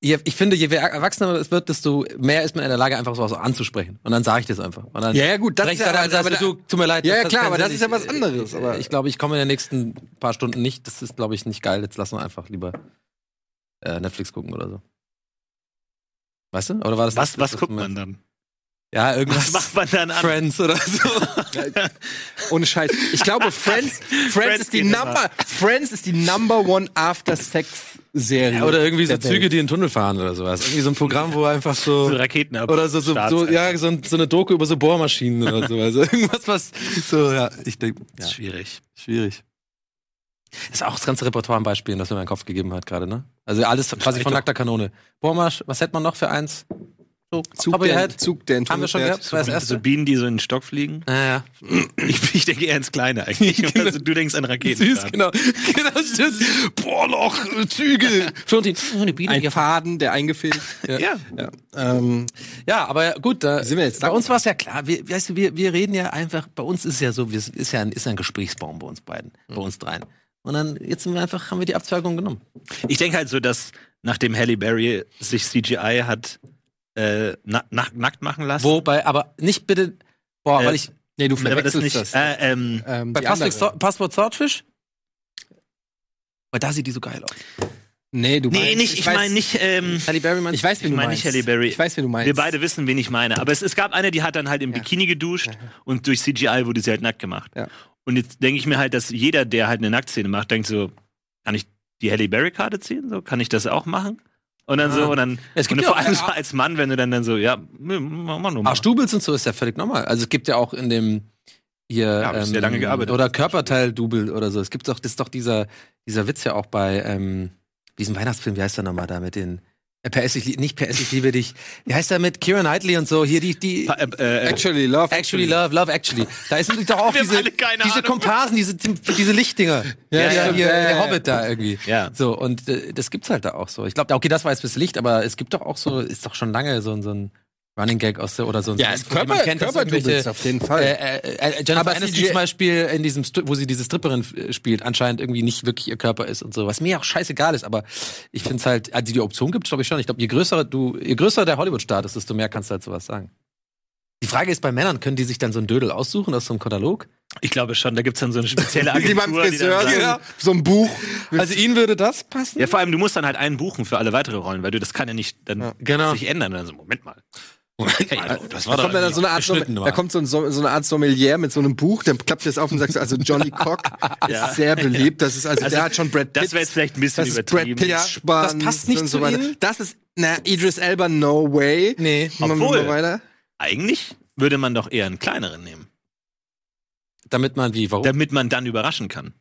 Speaker 3: Je- Ich finde, je wer- erwachsener es wird, desto mehr ist man in der Lage, einfach sowas anzusprechen. Und dann sage ich das einfach. Und dann
Speaker 1: Ja, ja, gut, das
Speaker 3: recht
Speaker 1: ist ja-
Speaker 3: dann
Speaker 1: aber-
Speaker 3: sagst
Speaker 1: aber
Speaker 3: du, tut mir leid.
Speaker 1: Ja, ja,
Speaker 3: hat
Speaker 1: klar,
Speaker 3: keinen
Speaker 1: aber das
Speaker 3: Sinn.
Speaker 1: ist ja was
Speaker 3: Ich-
Speaker 1: anderes, aber-
Speaker 3: ich glaube, ich komme in den nächsten paar Stunden nicht. Das ist, glaube ich, nicht geil. Jetzt lassen wir einfach lieber äh, Netflix gucken oder so. Weißt du? Oder war das
Speaker 2: Was, was
Speaker 3: das-
Speaker 2: guckt man dann?
Speaker 3: Ja,
Speaker 2: Was
Speaker 3: irgendwas.
Speaker 2: macht man dann an?
Speaker 3: Friends oder so.
Speaker 1: Ohne Scheiß. Ich glaube, Friends, Friends,
Speaker 2: Friends
Speaker 1: ist die
Speaker 2: geht immer.
Speaker 1: Number, Friends ist die Number One After Sex Serie.
Speaker 3: Ja, oder irgendwie so
Speaker 1: der Welt.
Speaker 3: Züge, die in den Tunnel fahren oder sowas. Irgendwie so ein Programm, wo einfach so.
Speaker 2: So Raketen ab.
Speaker 3: Oder so, so,
Speaker 2: Starts
Speaker 3: so
Speaker 2: einfach.
Speaker 3: ja, so, ein- so eine Doku über so Bohrmaschinen oder so. Also irgendwas, was so, ja, ich denke, ja,
Speaker 2: Das ist schwierig.
Speaker 3: schwierig. Das ist auch das ganze Repertoire an Beispielen, das mir mein Kopf gegeben hat gerade, ne? Also alles quasi von nackter Kanone. Bohrmasch, was hätte man noch für eins? So,
Speaker 1: Zug,
Speaker 3: Top of your
Speaker 1: der,
Speaker 3: head?
Speaker 1: Zug, der in
Speaker 3: Haben wir schon
Speaker 1: Tunnel
Speaker 3: gehabt? Das war das
Speaker 2: So, so
Speaker 3: erste.
Speaker 2: Bienen, die so in den Stock fliegen.
Speaker 3: Ja, ja.
Speaker 2: Ich, ich denke eher ins Kleine eigentlich. Also, du denkst an Raketen.
Speaker 3: Süß, genau. genau süß. Bohrloch, äh, Züge. Florentin, oh, eine Biene.
Speaker 1: Ein Faden, der eingefädelt.
Speaker 2: Ja. ja.
Speaker 1: ja. Ähm,
Speaker 3: Ja, aber gut, da,
Speaker 1: Sind wir jetzt
Speaker 3: bei
Speaker 1: da?
Speaker 3: uns war es ja klar. Wir, weißt du, wir, wir reden ja einfach, bei uns ist ja so, wir, sind- ist ja ein, ist ja ein Gesprächsbaum bei uns beiden, bei uns dreien. Und dann, jetzt sind wir einfach, haben wir die Abzweigung genommen.
Speaker 2: Ich denke halt so, dass nachdem Halle Berry sich CGI hat äh, na, na, nackt machen lassen.
Speaker 3: Wobei, aber nicht bitte, boah,
Speaker 2: Äh,
Speaker 3: weil ich,
Speaker 1: nee, du
Speaker 2: aber das
Speaker 1: verwechselst
Speaker 2: nicht.
Speaker 1: das.
Speaker 2: Äh, ähm,
Speaker 1: ähm,
Speaker 3: bei
Speaker 1: die
Speaker 3: Passwort,
Speaker 1: andere.
Speaker 3: Sword- Passwort Swordfish, weil da sieht die so geil aus.
Speaker 1: Nee, du
Speaker 2: nee,
Speaker 1: meinst,
Speaker 2: nicht, ich
Speaker 1: weiß-
Speaker 2: meine nicht. Ähm,
Speaker 3: Halle Berry meinst
Speaker 1: Ich weiß, wen
Speaker 2: Ich
Speaker 1: du
Speaker 2: meine
Speaker 1: meinst.
Speaker 2: nicht Halle Berry.
Speaker 1: Ich weiß, wen du meinst.
Speaker 2: Wir beide wissen, wen ich meine. Aber es, es gab eine, die hat dann halt im
Speaker 1: Ja.
Speaker 2: Bikini geduscht und durch CGI wurde sie halt nackt gemacht.
Speaker 1: Ja.
Speaker 2: Und jetzt denke ich mir halt, dass jeder, der halt eine Nacktszene macht, denkt so, kann ich die Halle Berry Karte ziehen? So, kann ich das auch machen? Und dann
Speaker 3: Ah.
Speaker 2: so, und dann,
Speaker 3: Es gibt
Speaker 2: und
Speaker 3: ja
Speaker 2: vor
Speaker 3: auch-
Speaker 2: allem so als Mann, wenn du dann, dann so, ja, nö, mach mal nur mal.
Speaker 3: Ach, Stubels und so ist ja völlig normal. Also es gibt ja auch in dem hier ähm,
Speaker 2: hab ich sehr lange gearbeitet.
Speaker 3: oder Körperteil-Double oder so. Es gibt doch, das ist doch dieser, dieser Witz ja auch bei ähm, diesem Weihnachtsfilm, wie heißt der nochmal da mit den äh, Per Ess, ich, lie- nicht Per Ess, ich liebe dich. Wie heißt der mit Kieran Knightley und so? Hier die, die
Speaker 2: Pa- äh, äh,
Speaker 1: Actually, love.
Speaker 3: Actually Love, Love Actually. Da ist nämlich doch auch
Speaker 2: Wir haben
Speaker 3: diese,
Speaker 2: alle keine
Speaker 3: diese
Speaker 2: Ahnung.
Speaker 3: Komparsen, diese, diese Lichtdinger.
Speaker 1: Ja,
Speaker 3: Ja, ja,
Speaker 1: stimmt.
Speaker 3: hier,
Speaker 1: Ja, ja,
Speaker 3: der
Speaker 1: ja.
Speaker 3: Hobbit da irgendwie.
Speaker 2: Ja.
Speaker 3: So, und äh, das gibt's halt da auch so. Ich glaube, okay, das war jetzt bis Licht, aber es gibt doch auch so, ist doch schon lange so, ein- so ein Running Gag aus der, oder so ein
Speaker 1: Ja,
Speaker 3: man
Speaker 1: es Körper,
Speaker 3: kennt das
Speaker 1: Körperdoubles
Speaker 3: irgendwelche-
Speaker 1: auf jeden
Speaker 3: äh,
Speaker 1: Fall.
Speaker 3: äh, äh, Jennifer
Speaker 1: Aber
Speaker 3: Aniston
Speaker 1: CGI
Speaker 3: zum Beispiel in diesem, Stri- wo sie diese Stripperin äh, spielt, anscheinend irgendwie nicht wirklich ihr Körper ist und so, was mir auch scheißegal ist, aber ich finde es halt, also die Option gibt es glaube ich schon. Ich glaube, je größer du, je größer der Hollywood-Staat ist, desto mehr kannst du halt sowas sagen. Die Frage ist bei Männern, können die sich dann so einen Dödel aussuchen aus so einem Katalog?
Speaker 2: ich glaube schon, da gibt's dann so eine spezielle
Speaker 1: Wie beim
Speaker 2: Agentur. die
Speaker 1: Friseur,
Speaker 2: dann sagt,
Speaker 1: so ein- so ein Buch. Also ihnen würde das passen?
Speaker 2: ja, vor allem, du musst dann halt einen buchen für alle weitere Rollen, weil du, das kann ja nicht dann
Speaker 1: Ja,
Speaker 3: genau.
Speaker 2: sich ändern. Und dann so, Moment mal.
Speaker 3: Hey, das war
Speaker 1: da kommt dann so eine Art,
Speaker 3: beschnitten
Speaker 1: Somm-
Speaker 3: war.
Speaker 1: da kommt so, ein, Som- so eine Art Sommelier mit so einem Buch, dann klappt das auf und sagt so, also Johnny Cock
Speaker 2: Ja.
Speaker 1: ist sehr beliebt, das ist also,
Speaker 2: Also,
Speaker 1: der hat schon Brad Pitt.
Speaker 2: Das wäre jetzt vielleicht ein bisschen
Speaker 1: das ist Brad
Speaker 2: übertrieben.
Speaker 1: Pitt
Speaker 2: Ja.
Speaker 1: Schwanz
Speaker 3: Das passt nicht
Speaker 1: und
Speaker 3: zu
Speaker 1: so weiter.
Speaker 3: ihnen?
Speaker 1: Das ist na Idris Elba no way.
Speaker 3: Nee.
Speaker 1: Machen wir
Speaker 2: Obwohl.
Speaker 1: mal weiter.
Speaker 2: Eigentlich würde man doch eher einen kleineren nehmen,
Speaker 3: Damit man wie, warum?
Speaker 2: damit man dann überraschen kann.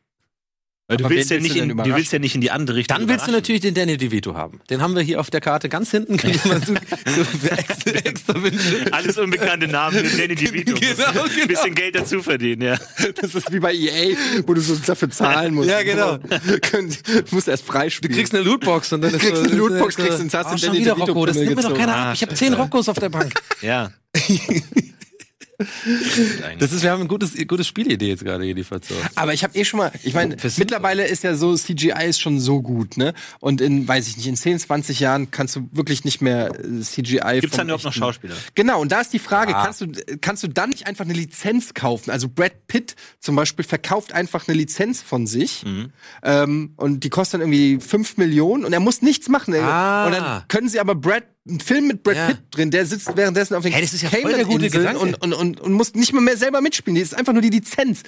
Speaker 2: Weil du
Speaker 1: Aber
Speaker 2: willst,
Speaker 1: wen
Speaker 2: ja nicht
Speaker 1: willst du
Speaker 2: in,
Speaker 1: denn
Speaker 2: du willst ja nicht in die andere Richtung.
Speaker 3: Dann willst du
Speaker 2: überraschen.
Speaker 3: natürlich den Danny DeVito haben. Den haben wir hier auf der Karte ganz hinten. Können wir mal so, so für extra, extra Wünsche.
Speaker 2: Alles unbekannte Namen, wir nennen die Videos.
Speaker 3: Genau, genau.
Speaker 2: Ein bisschen Geld dazu verdienen, ja.
Speaker 1: Das ist wie bei EA, wo du so dafür zahlen musst.
Speaker 3: Ja, genau.
Speaker 1: Könnt- Du musst erst freispielen.
Speaker 3: Du kriegst eine Lootbox und dann ist
Speaker 1: Du kriegst
Speaker 3: so-
Speaker 1: eine Lootbox,
Speaker 3: so-
Speaker 1: kriegst einen Satz
Speaker 3: Ah,
Speaker 1: und
Speaker 3: schon
Speaker 1: Danny
Speaker 3: wieder
Speaker 1: DeVito
Speaker 3: Rocco, das
Speaker 1: Pimmel
Speaker 3: nimmt mir doch
Speaker 1: gezogen.
Speaker 3: keiner
Speaker 2: Ah,
Speaker 3: ab. Ich habe
Speaker 2: scheiße.
Speaker 3: zehn Roccos auf der Bank.
Speaker 2: Ja.
Speaker 3: Das ist, wir haben ein gutes, gutes Spielidee jetzt gerade geliefert. So.
Speaker 1: Aber ich habe eh schon mal, ich meine, mittlerweile ist ja so, CGI ist schon so gut, ne? Und in, weiß ich nicht, in 10, 20 Jahren kannst du wirklich nicht mehr äh, CGI.
Speaker 2: Gibt's
Speaker 1: vom
Speaker 2: dann überhaupt noch
Speaker 1: echten-
Speaker 2: Schauspieler?
Speaker 1: Genau, und da ist die Frage,
Speaker 3: Ja.
Speaker 1: kannst, du, kannst du dann nicht einfach eine Lizenz kaufen? Also Brad Pitt zum Beispiel verkauft einfach eine Lizenz von sich
Speaker 3: Mhm.
Speaker 1: ähm, und die kostet dann irgendwie 5 Millionen und er muss nichts machen. ey.
Speaker 3: Ah.
Speaker 1: Und dann können sie aber Brad einen Film mit Brad
Speaker 3: Ja.
Speaker 1: Pitt drin, der sitzt währenddessen auf den
Speaker 3: Hey, das ist ja voll der gute
Speaker 1: Cayman-Inseln
Speaker 3: Gedanke.
Speaker 1: und, und, und, und muss nicht mal mehr selber mitspielen. Das ist einfach nur die Lizenz.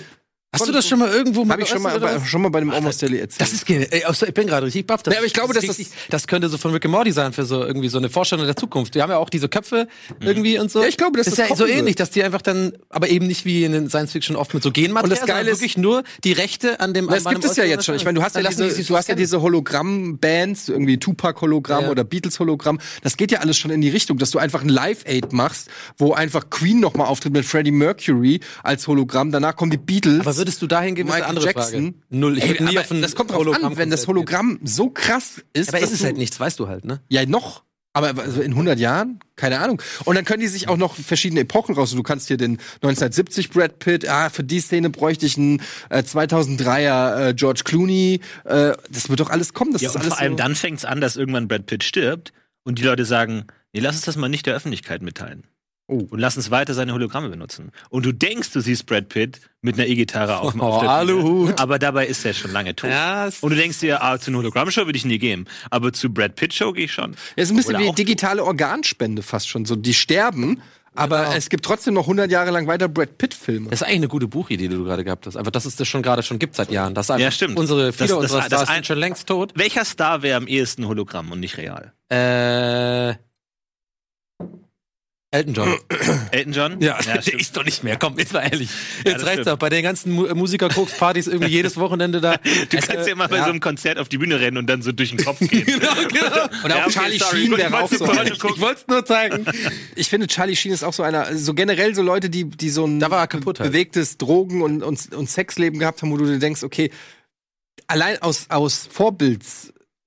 Speaker 3: Hast du das schon mal irgendwo
Speaker 1: Habe ich schon mal,
Speaker 3: geäußert oder
Speaker 1: bei,
Speaker 3: was?
Speaker 1: schon mal bei einem Almost Daily erzählt.
Speaker 3: Das ist genial. Ey, also ich bin gerade richtig baff. Das,
Speaker 1: Ja, aber ich glaube,
Speaker 3: das,
Speaker 1: dass
Speaker 3: ist richtig, das könnte so von Rick and Morty sein für so irgendwie so eine Vorstellung der Zukunft. Wir haben ja auch diese Köpfe irgendwie und so.
Speaker 1: Mhm. Ja, ich glaube, dass
Speaker 3: das ist
Speaker 1: das
Speaker 3: ja so
Speaker 1: kommen wird.
Speaker 3: ähnlich, dass die einfach dann, aber eben nicht wie in den Science Fiction oft mit so Genmaterial,
Speaker 1: Und das Geile
Speaker 3: sondern
Speaker 1: ist-
Speaker 3: wirklich nur die Rechte an dem.
Speaker 1: Na,
Speaker 3: an
Speaker 1: das
Speaker 3: meinem
Speaker 1: gibt es ja
Speaker 3: Äußeren
Speaker 1: jetzt schon. Ich meine, du hast ja
Speaker 3: Dann lassen
Speaker 1: diese,
Speaker 3: die sich
Speaker 1: du hast ja
Speaker 3: scannen.
Speaker 1: diese Hologramm-Bands, irgendwie Tupac-Hologramm
Speaker 3: Ja.
Speaker 1: oder Beatles-Hologramm. Das geht ja alles schon in die Richtung, dass du einfach ein Live-Aid machst, wo einfach Queen nochmal auftritt mit Freddie Mercury als Hologramm. Danach kommen die Beatles.
Speaker 3: Aber würdest du dahin gehen, ist eine
Speaker 1: Michael
Speaker 3: andere
Speaker 1: Jackson.
Speaker 3: Frage. Null. Ich
Speaker 1: Ey,
Speaker 3: würde nie
Speaker 1: aber
Speaker 3: auf ein
Speaker 1: das kommt drauf an, wenn das Hologramm so krass ist.
Speaker 3: Aber
Speaker 1: dass
Speaker 3: ist es
Speaker 1: du-
Speaker 3: halt nichts, weißt du halt, ne?
Speaker 1: Ja, noch. Aber also in 100 Jahren? Keine Ahnung. Und dann können die sich auch noch verschiedene Epochen raus. Du kannst hier den 1970 Brad Pitt, ah, für die Szene bräuchte ich einen äh, 2003er äh, George Clooney. Äh, das wird doch alles kommen. Das
Speaker 2: Ja,
Speaker 1: ist
Speaker 2: und
Speaker 1: alles
Speaker 2: vor allem
Speaker 1: so-
Speaker 2: dann fängt's an, dass irgendwann Brad Pitt stirbt und die Leute sagen, nee, lass uns das mal nicht der Öffentlichkeit mitteilen.
Speaker 1: Oh.
Speaker 2: Und lass uns weiter seine Hologramme benutzen. Und du denkst, du siehst Brad Pitt mit einer E-Gitarre auf, dem-
Speaker 3: Oh,
Speaker 2: auf der
Speaker 3: Aluhut.
Speaker 2: Aber dabei ist er schon lange tot.
Speaker 3: Ja, es-
Speaker 2: und du denkst dir, ah, zu einer Hologrammshow würde ich nie gehen, aber zu Brad Pitt Show gehe ich schon.
Speaker 1: Es ist ein bisschen
Speaker 2: Oder
Speaker 1: wie
Speaker 2: auch-
Speaker 1: digitale Organspende fast schon. So, die sterben, aber
Speaker 3: Genau.
Speaker 1: es gibt trotzdem noch 100 Jahre lang weiter Brad Pitt-Filme.
Speaker 3: Das ist eigentlich eine gute Buchidee, die du gerade gehabt hast. Einfach, dass es das schon gerade schon gibt seit Jahren. Das ist einfach
Speaker 2: Ja, stimmt.
Speaker 3: Unsere, viele
Speaker 2: Das- das-
Speaker 3: unserer
Speaker 2: das
Speaker 3: Stars
Speaker 2: ein-
Speaker 3: sind schon längst tot.
Speaker 2: Welcher Star wäre am ehesten Hologramm und nicht real?
Speaker 3: Äh, Elton John.
Speaker 2: Elton John?
Speaker 3: der
Speaker 2: stimmt.
Speaker 3: ist doch nicht mehr. Komm, jetzt mal ehrlich.
Speaker 2: Ja,
Speaker 3: Jetzt
Speaker 2: das
Speaker 3: reicht's
Speaker 2: stimmt.
Speaker 3: doch. Bei den ganzen Mu- Musiker-Koks-Partys irgendwie jedes Wochenende da. äh,
Speaker 2: Du kannst ja mal bei so einem Konzert auf die Bühne rennen und dann so durch den Kopf gehen.
Speaker 3: Genau, genau.
Speaker 1: Und auch
Speaker 2: Ja, okay,
Speaker 1: Charlie
Speaker 2: sorry.
Speaker 1: Sheen
Speaker 2: Ich
Speaker 1: wäre auch
Speaker 2: wollte
Speaker 1: so.
Speaker 2: nur
Speaker 1: einer.
Speaker 2: gucken.
Speaker 3: Ich wollte es nur zeigen.
Speaker 1: Ich finde, Charlie Sheen ist auch so einer, also so generell so Leute, die, die so ein
Speaker 3: Da war er kaputt halt.
Speaker 1: bewegtes Drogen- und, und, und Sexleben gehabt haben, wo du dir denkst, okay, allein aus, aus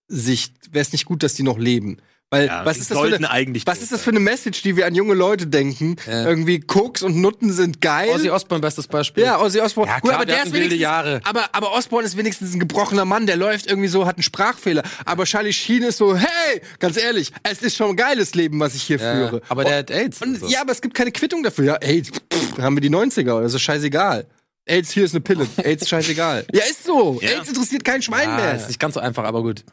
Speaker 1: Vorbildsicht wäre es nicht gut, dass die noch leben. Weil
Speaker 2: Ja,
Speaker 1: was,
Speaker 2: die
Speaker 1: ist das für
Speaker 2: sollten
Speaker 1: eine,
Speaker 2: eigentlich
Speaker 1: was
Speaker 2: tot
Speaker 1: ist das
Speaker 2: sein.
Speaker 1: für eine Message, die wir an junge Leute denken?
Speaker 3: Ja.
Speaker 1: Irgendwie Koks und Nutten sind geil.
Speaker 3: Ozzy Osbourne, bestes Beispiel.
Speaker 1: ja, Ozzy Osbourne.
Speaker 3: Ja, klar, der hat wilde
Speaker 1: wenigstens-
Speaker 3: Jahre.
Speaker 1: Aber, aber Osbourne ist wenigstens ein gebrochener Mann, der läuft irgendwie so, hat einen Sprachfehler. Aber Charlie Sheen ist so, hey, ganz ehrlich, es ist schon ein geiles Leben, was ich hier
Speaker 3: Ja,
Speaker 1: führe.
Speaker 3: aber der hat AIDS.
Speaker 1: Und,
Speaker 3: so.
Speaker 1: Ja, aber es gibt keine Quittung dafür. Ja, AIDS, pff, haben wir die 90er, also scheißegal. AIDS, hier ist eine Pille. AIDS, scheißegal. Ja, ist so.
Speaker 2: Ja.
Speaker 1: AIDS interessiert kein Schwein
Speaker 3: Ah,
Speaker 1: mehr.
Speaker 3: ist nicht ganz so einfach, aber gut.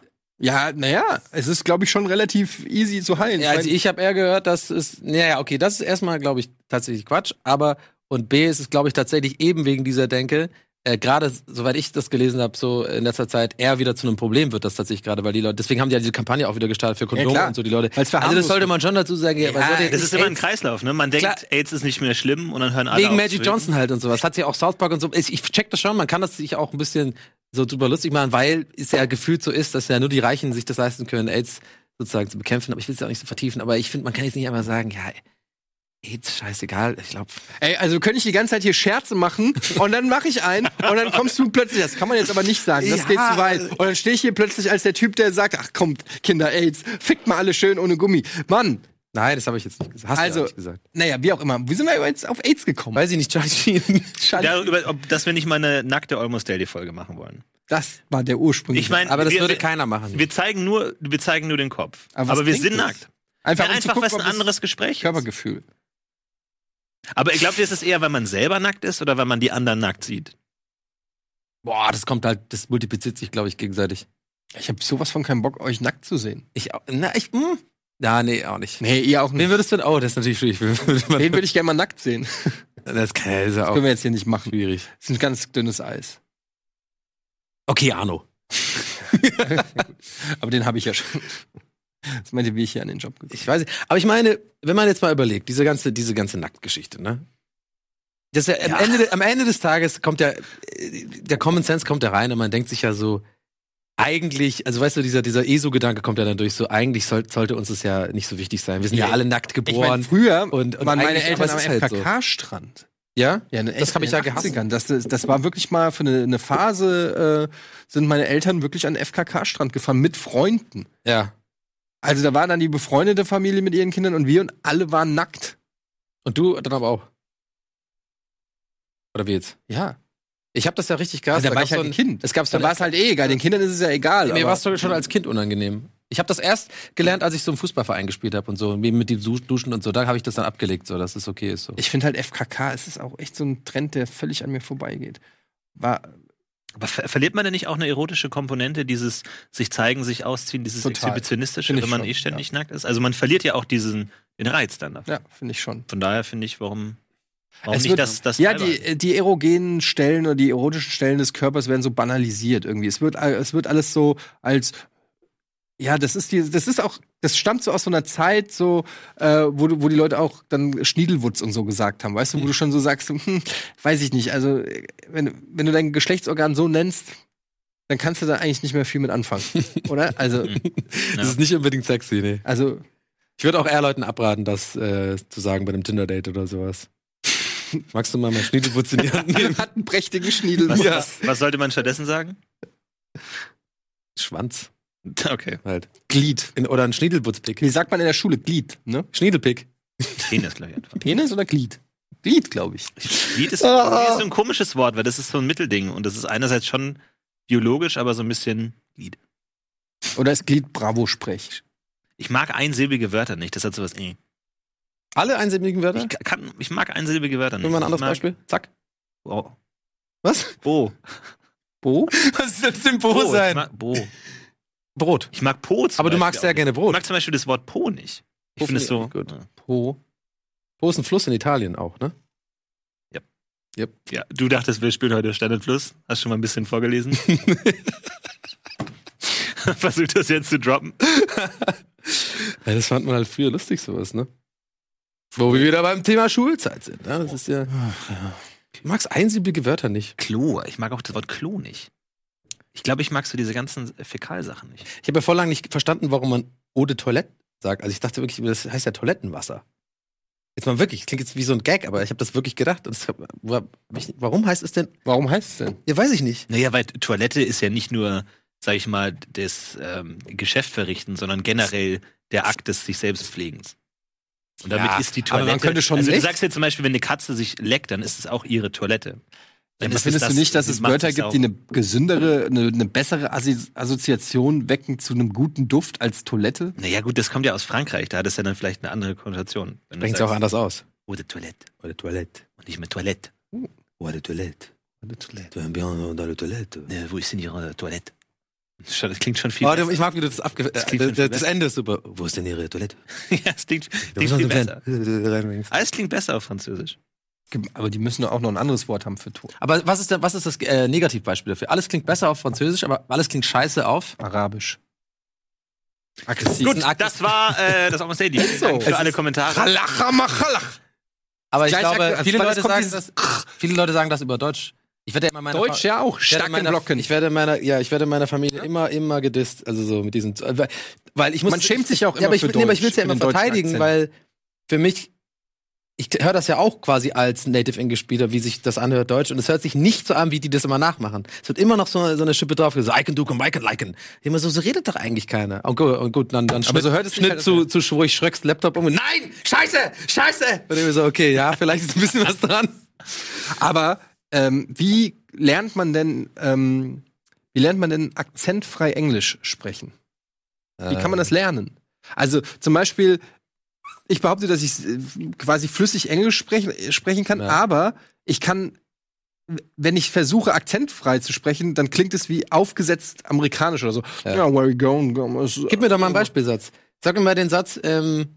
Speaker 1: Ja, naja, es ist, glaube ich, schon relativ easy zu heilen.
Speaker 3: Ja, also
Speaker 1: ich
Speaker 3: ich habe eher gehört, dass es. Naja, okay, das ist erstmal, glaube ich, tatsächlich Quatsch. Aber und B ist es, glaube ich, tatsächlich eben wegen dieser Denke, äh, gerade, soweit ich das gelesen habe, so in letzter Zeit eher wieder zu einem Problem wird das tatsächlich gerade, weil die Leute, deswegen haben die ja diese Kampagne auch wieder gestartet für Kondome
Speaker 1: klar.
Speaker 3: und so die Leute.
Speaker 1: Weil's
Speaker 3: Also das
Speaker 1: verharmlost
Speaker 3: sollte man schon dazu sagen, ja, man sollte
Speaker 2: Das
Speaker 3: nicht
Speaker 2: ist immer ein
Speaker 3: AIDS-
Speaker 2: Kreislauf, ne? Man denkt,
Speaker 3: Klar.
Speaker 2: AIDS ist nicht mehr schlimm und dann hören alle
Speaker 3: Wegen
Speaker 2: auf zu
Speaker 3: Magic
Speaker 2: reden.
Speaker 3: Johnson halt und sowas. Hat sie auch South Park und so. Ich, ich check das schon, man kann das sich auch ein bisschen so drüber lustig machen, weil es ja gefühlt so ist, dass ja nur die Reichen sich das leisten können, AIDS sozusagen zu bekämpfen. Aber ich will es ja auch nicht so vertiefen. Aber ich finde, man kann jetzt nicht einfach sagen, ja, AIDS, scheißegal. Ich glaube,
Speaker 1: Ey, also könnte ich die ganze Zeit hier Scherze machen und dann mache ich einen und dann kommst du plötzlich, das kann man jetzt aber nicht sagen, das
Speaker 3: Ja,
Speaker 1: geht zu weit.
Speaker 3: also-
Speaker 1: Und dann stehe ich hier plötzlich als der Typ, der sagt, ach kommt, Kinder, AIDS, fickt mal alle schön ohne Gummi. Mann,
Speaker 3: nein, das habe ich jetzt nicht gesagt. Hast du
Speaker 1: Also-
Speaker 3: ja nicht gesagt.
Speaker 1: naja, wie auch immer, wie sind wir jetzt auf AIDS gekommen?
Speaker 3: Weiß ich nicht, Charlie Sheen.
Speaker 1: Schade,
Speaker 2: Darüber, ob, dass wir nicht mal eine nackte Almost Daily Folge machen wollen.
Speaker 1: das war der Ursprung.
Speaker 2: Ich meine,
Speaker 3: Aber das
Speaker 2: wir,
Speaker 3: würde
Speaker 2: wir-
Speaker 3: keiner machen.
Speaker 2: Wir zeigen nur, wir zeigen nur den Kopf.
Speaker 1: Aber
Speaker 2: Aber,
Speaker 1: was
Speaker 2: wir
Speaker 1: bringt
Speaker 2: sind
Speaker 1: es?
Speaker 2: nackt.
Speaker 1: einfach,
Speaker 2: Ja,
Speaker 1: um
Speaker 2: einfach
Speaker 1: zu
Speaker 2: was
Speaker 1: gucken,
Speaker 2: ein
Speaker 1: ob das
Speaker 2: anderes Gespräch. ist.
Speaker 1: Körpergefühl.
Speaker 2: Aber glaubt ihr, ist es eher, weil man selber nackt ist oder weil man die anderen nackt sieht?
Speaker 3: Boah, das kommt halt, das multipliziert sich, glaube ich, gegenseitig.
Speaker 1: Ich habe sowas von keinen Bock, euch nackt zu sehen.
Speaker 3: Ich, au- na, ich, hm? Na, nee, auch nicht.
Speaker 1: Nee, ihr auch nicht.
Speaker 3: Wen würdest du denn, oh, das ist natürlich schwierig. Wen
Speaker 1: Den
Speaker 3: würd-
Speaker 1: würde ich gerne mal nackt sehen.
Speaker 3: das kann das ist ja
Speaker 1: Können
Speaker 3: auch
Speaker 1: wir jetzt hier nicht machen.
Speaker 3: schwierig.
Speaker 1: Das ist ein ganz dünnes Eis.
Speaker 3: Okay, Arno.
Speaker 1: Aber den habe ich ja schon. Das meinte, wie ich hier an den Job gekommen
Speaker 3: Ich weiß nicht. Aber ich meine, wenn man jetzt mal überlegt, diese ganze, diese ganze Nacktgeschichte, ne? Das ist ja, am,
Speaker 2: Ja.
Speaker 3: Ende, am Ende des Tages kommt ja, äh, der Common Sense kommt da rein und man denkt sich ja so, eigentlich, also weißt du, dieser, dieser ESO-Gedanke kommt ja dann durch, so eigentlich soll, sollte uns das ja nicht so wichtig sein. Wir sind ja,
Speaker 1: Nee.
Speaker 3: alle nackt
Speaker 1: Ich meine,
Speaker 3: geboren.
Speaker 1: früher
Speaker 3: und- und
Speaker 1: waren meine
Speaker 3: eigentlich-
Speaker 1: Eltern
Speaker 3: aber
Speaker 1: am
Speaker 3: es ist halt so.
Speaker 1: FKK-Strand.
Speaker 3: ja?
Speaker 1: Ja, ne,
Speaker 3: Das hab ich ja gehasst.
Speaker 1: Das, das war wirklich mal für eine, eine Phase, äh, sind meine Eltern wirklich an den FKK-Strand gefahren mit Freunden.
Speaker 3: Ja.
Speaker 1: Also da war dann die befreundete Familie mit ihren Kindern und wir und alle waren nackt.
Speaker 3: Und du dann aber auch. Oder wie jetzt?
Speaker 1: Ja,
Speaker 3: Ich habe das ja richtig
Speaker 1: also,
Speaker 3: gehasst.
Speaker 1: da war
Speaker 3: gab's
Speaker 1: ich halt
Speaker 3: so
Speaker 1: ein
Speaker 3: ein-
Speaker 1: Kind.
Speaker 3: Es gab so
Speaker 1: Da
Speaker 3: eine-
Speaker 1: war es halt eh egal. Den Kindern ist es ja
Speaker 2: Also
Speaker 1: egal.
Speaker 3: Mir
Speaker 1: aber-
Speaker 3: war es schon als Kind unangenehm. Ich habe das erst gelernt, als ich so im Fußballverein gespielt habe und so, und mit dem Du- Duschen und so. Da habe ich das dann abgelegt, so, dass es okay ist. So.
Speaker 1: ich finde halt FKK, es ist auch echt so ein Trend, der völlig an mir vorbeigeht. War
Speaker 2: Aber ver verliert man denn nicht auch eine erotische Komponente, dieses sich zeigen, sich ausziehen, dieses
Speaker 1: Total.
Speaker 2: Exhibitionistische,
Speaker 1: Find ich
Speaker 2: wenn man
Speaker 1: schon,
Speaker 2: eh ständig nackt ist? Also man verliert ja auch diesen den Reiz dann davon.
Speaker 1: ja, finde ich schon.
Speaker 2: Von daher finde ich, warum, warum
Speaker 1: Es
Speaker 2: nicht
Speaker 1: wird-
Speaker 2: das, das
Speaker 1: Ja,
Speaker 2: beibehalten?
Speaker 1: die, die erogenen Stellen oder die erotischen Stellen des Körpers werden so banalisiert irgendwie. Es wird, all- es wird alles so als ja, das ist die, das ist auch, das stammt so aus so einer Zeit, so, äh, wo, du- wo die Leute auch dann Schniedelwutz und so gesagt haben, weißt du, wo du schon so sagst, hm, weiß ich nicht, also äh, wenn, wenn du dein Geschlechtsorgan so nennst, dann kannst du da eigentlich nicht mehr viel mit anfangen, oder? Also,
Speaker 2: Ja.
Speaker 3: Das ist nicht unbedingt sexy, nee.
Speaker 1: also
Speaker 3: Ich würde auch eher Leuten abraten, das äh, zu sagen bei einem Tinder-Date oder sowas. Magst du mal meinen Schniedelputz in die Hand nehmen?
Speaker 1: hat einen prächtigen
Speaker 2: was,
Speaker 1: Schniedelwutz.
Speaker 3: Ja.
Speaker 2: was, was sollte man stattdessen sagen?
Speaker 3: Schwanz
Speaker 2: Okay.
Speaker 3: halt.
Speaker 1: Glied.
Speaker 3: In, oder ein Schniedelputzpick.
Speaker 1: Wie sagt man in der Schule? Glied, ne?
Speaker 3: Schniedelpick.
Speaker 2: Penis gleich einfach.
Speaker 1: Penis oder Glied? Glied, glaube ich.
Speaker 2: Lied ist,
Speaker 3: Ah.
Speaker 2: Lied ist so ein komisches Wort, weil das ist so ein Mittelding und das ist einerseits schon biologisch, aber so ein bisschen Lied.
Speaker 1: Oder ist Glied Bravo-Sprech?
Speaker 2: Ich mag einsilbige Wörter nicht, das hat sowas. eh.
Speaker 3: Alle einsilbigen Wörter?
Speaker 2: Ich, kann, ich mag einsilbige Wörter nicht.
Speaker 3: Nimm mal ein
Speaker 2: Ich
Speaker 3: anderes
Speaker 2: mag-
Speaker 3: Beispiel. Zack.
Speaker 2: Oh.
Speaker 3: Was?
Speaker 2: Bo.
Speaker 1: Bo?
Speaker 3: Was soll das denn Bo,
Speaker 2: Ich mag, Bo.
Speaker 3: Brot.
Speaker 2: Ich mag Po zum
Speaker 3: Aber du
Speaker 2: Beispiel
Speaker 3: magst sehr
Speaker 2: auch nicht.
Speaker 3: gerne
Speaker 2: Ich
Speaker 3: Brot.
Speaker 2: mag zum Beispiel das Wort Po nicht. Ich finde
Speaker 3: Po finde
Speaker 2: es so.
Speaker 3: ich gut.
Speaker 1: Po.
Speaker 3: Wo ist ein Fluss in Italien auch, ne?
Speaker 2: Ja, du dachtest, wir spielen heute Stern und Fluss. Hast schon mal ein bisschen vorgelesen. Versuch das jetzt zu droppen.
Speaker 3: Ja, das fand man halt früher lustig, sowas, ne? Wo wir wieder beim Thema Schulzeit sind. Ne? Das ist ja. Du magst einsilbige Wörter nicht.
Speaker 2: Klo. Ich mag auch das Wort Klo nicht. Ich glaube, ich mag so diese ganzen Fäkalsachen nicht.
Speaker 3: Ich habe ja vor langem nicht verstanden, warum man Eau de Toilette sagt. Also ich dachte wirklich, das heißt ja Toilettenwasser. Jetzt mal wirklich, klingt jetzt wie so ein Gag, aber ich habe das wirklich gedacht. Und das, hab- wa- hab ich- warum heißt es denn?
Speaker 1: Warum heißt es denn?
Speaker 3: Ja, weiß ich nicht.
Speaker 2: Naja, weil Toilette ist ja nicht nur, sag ich mal, das ähm, Geschäft verrichten, sondern generell der Akt des sich selbst Pflegens. Und damit
Speaker 3: Ja,
Speaker 2: ist die
Speaker 1: aber
Speaker 2: Toilette.
Speaker 1: man könnte schon
Speaker 2: also du
Speaker 1: nicht-
Speaker 2: sagst jetzt zum Beispiel, wenn eine Katze sich leckt, dann ist es auch ihre Toilette. Dann
Speaker 1: Aber
Speaker 2: ist es
Speaker 1: findest
Speaker 2: das-
Speaker 1: du nicht, dass
Speaker 2: die
Speaker 1: es
Speaker 2: macht
Speaker 1: Wörter
Speaker 2: es
Speaker 1: gibt,
Speaker 2: auch.
Speaker 1: die eine gesündere, eine, eine bessere Assi Assoziation wecken zu einem guten Duft als Toilette?
Speaker 2: Naja, gut, das kommt ja aus Frankreich, da hat es ja dann vielleicht eine andere Konnotation. Wenn du
Speaker 3: Bringt es
Speaker 2: sagst,
Speaker 3: auch anders aus.
Speaker 2: Eau de Toilette
Speaker 3: Eau de Toilette.
Speaker 2: und nicht mehr Toilette.
Speaker 3: Eau de Toilette. Tu aimes bien dans le Toilette.
Speaker 2: Ne, wo ist denn ihre Toilette? Das ist schon- das klingt schon viel.
Speaker 3: Oh,
Speaker 2: besser.
Speaker 3: ich mag, wie du das abge...
Speaker 2: Das
Speaker 3: Das,
Speaker 2: klingt schon
Speaker 3: äh,
Speaker 2: viel
Speaker 3: das, das Ende ist super. Wo ist denn ihre Toilette?
Speaker 2: Ah, ja, es klingt, klingt viel besser. Alles klingt besser auf Französisch.
Speaker 1: Gem- Aber die müssen doch auch noch ein anderes Wort haben für Tod.
Speaker 3: Aber was ist, denn, was ist das äh, Negativbeispiel dafür? Alles klingt besser auf Französisch, aber alles klingt scheiße auf.
Speaker 1: Arabisch.
Speaker 3: Aggressiv.
Speaker 2: Gut,
Speaker 3: Ein Aggressiv-
Speaker 2: das war äh, das Almost Daily. Vielen
Speaker 1: so.
Speaker 2: Dank
Speaker 1: Es
Speaker 2: für alle Kommentare.
Speaker 1: Halacha machalach.
Speaker 3: aber ich
Speaker 1: gleich
Speaker 3: glaube,
Speaker 1: aggressiv.
Speaker 3: viele
Speaker 1: Weil
Speaker 3: Leute,
Speaker 1: es kommt
Speaker 3: sagen
Speaker 1: dieses
Speaker 3: das, viele Leute sagen das über Deutsch. Ich werde ja immer meine
Speaker 1: Deutsch ja auch.
Speaker 3: Ich werde
Speaker 1: Starke
Speaker 3: meiner,
Speaker 1: Glocken.
Speaker 3: Ich werde meiner, ja, ich werde meiner Familie immer, immer gedisst, also so mit diesem, weil, weil ich muss.
Speaker 1: Man schämt sich auch
Speaker 3: ja,
Speaker 1: immer
Speaker 3: aber ich,
Speaker 1: für
Speaker 3: nee, aber ich will es ja
Speaker 1: Deutsch, für den
Speaker 3: immer
Speaker 1: deutschen
Speaker 3: verteidigen,
Speaker 1: Akzent.
Speaker 3: weil für mich, ich höre das ja auch quasi als Native English Speaker, wie sich das anhört Deutsch und es hört sich nicht so an, wie die das immer nachmachen. Es wird immer noch so, so eine Schippe drauf, so I can do, I can, I can. Immer so, so redet doch eigentlich keiner. Und gut, und gut dann, dann
Speaker 1: Aber so hört es sich
Speaker 3: Schnitt
Speaker 1: halt
Speaker 3: zu,
Speaker 1: an.
Speaker 3: zu Schwurig Schröcks Laptop um. und Nein! Scheiße! Scheiße! Und ich so, okay, ja, vielleicht ist ein bisschen was dran.
Speaker 1: Aber ähm, wie lernt man denn, ähm, wie lernt man denn akzentfrei Englisch sprechen? Wie kann man
Speaker 3: Äh.
Speaker 1: das lernen? Also zum Beispiel, ich behaupte, dass ich äh, quasi flüssig Englisch sprechen, äh, sprechen kann,
Speaker 3: Ja.
Speaker 1: aber ich kann, wenn ich versuche, akzentfrei zu sprechen, dann klingt es wie aufgesetzt amerikanisch oder so.
Speaker 3: Ja.
Speaker 1: Ja, where we going? go- es-
Speaker 3: Gib mir doch mal
Speaker 1: Äh,
Speaker 3: einen Beispielsatz. Sag mir mal den Satz, ähm,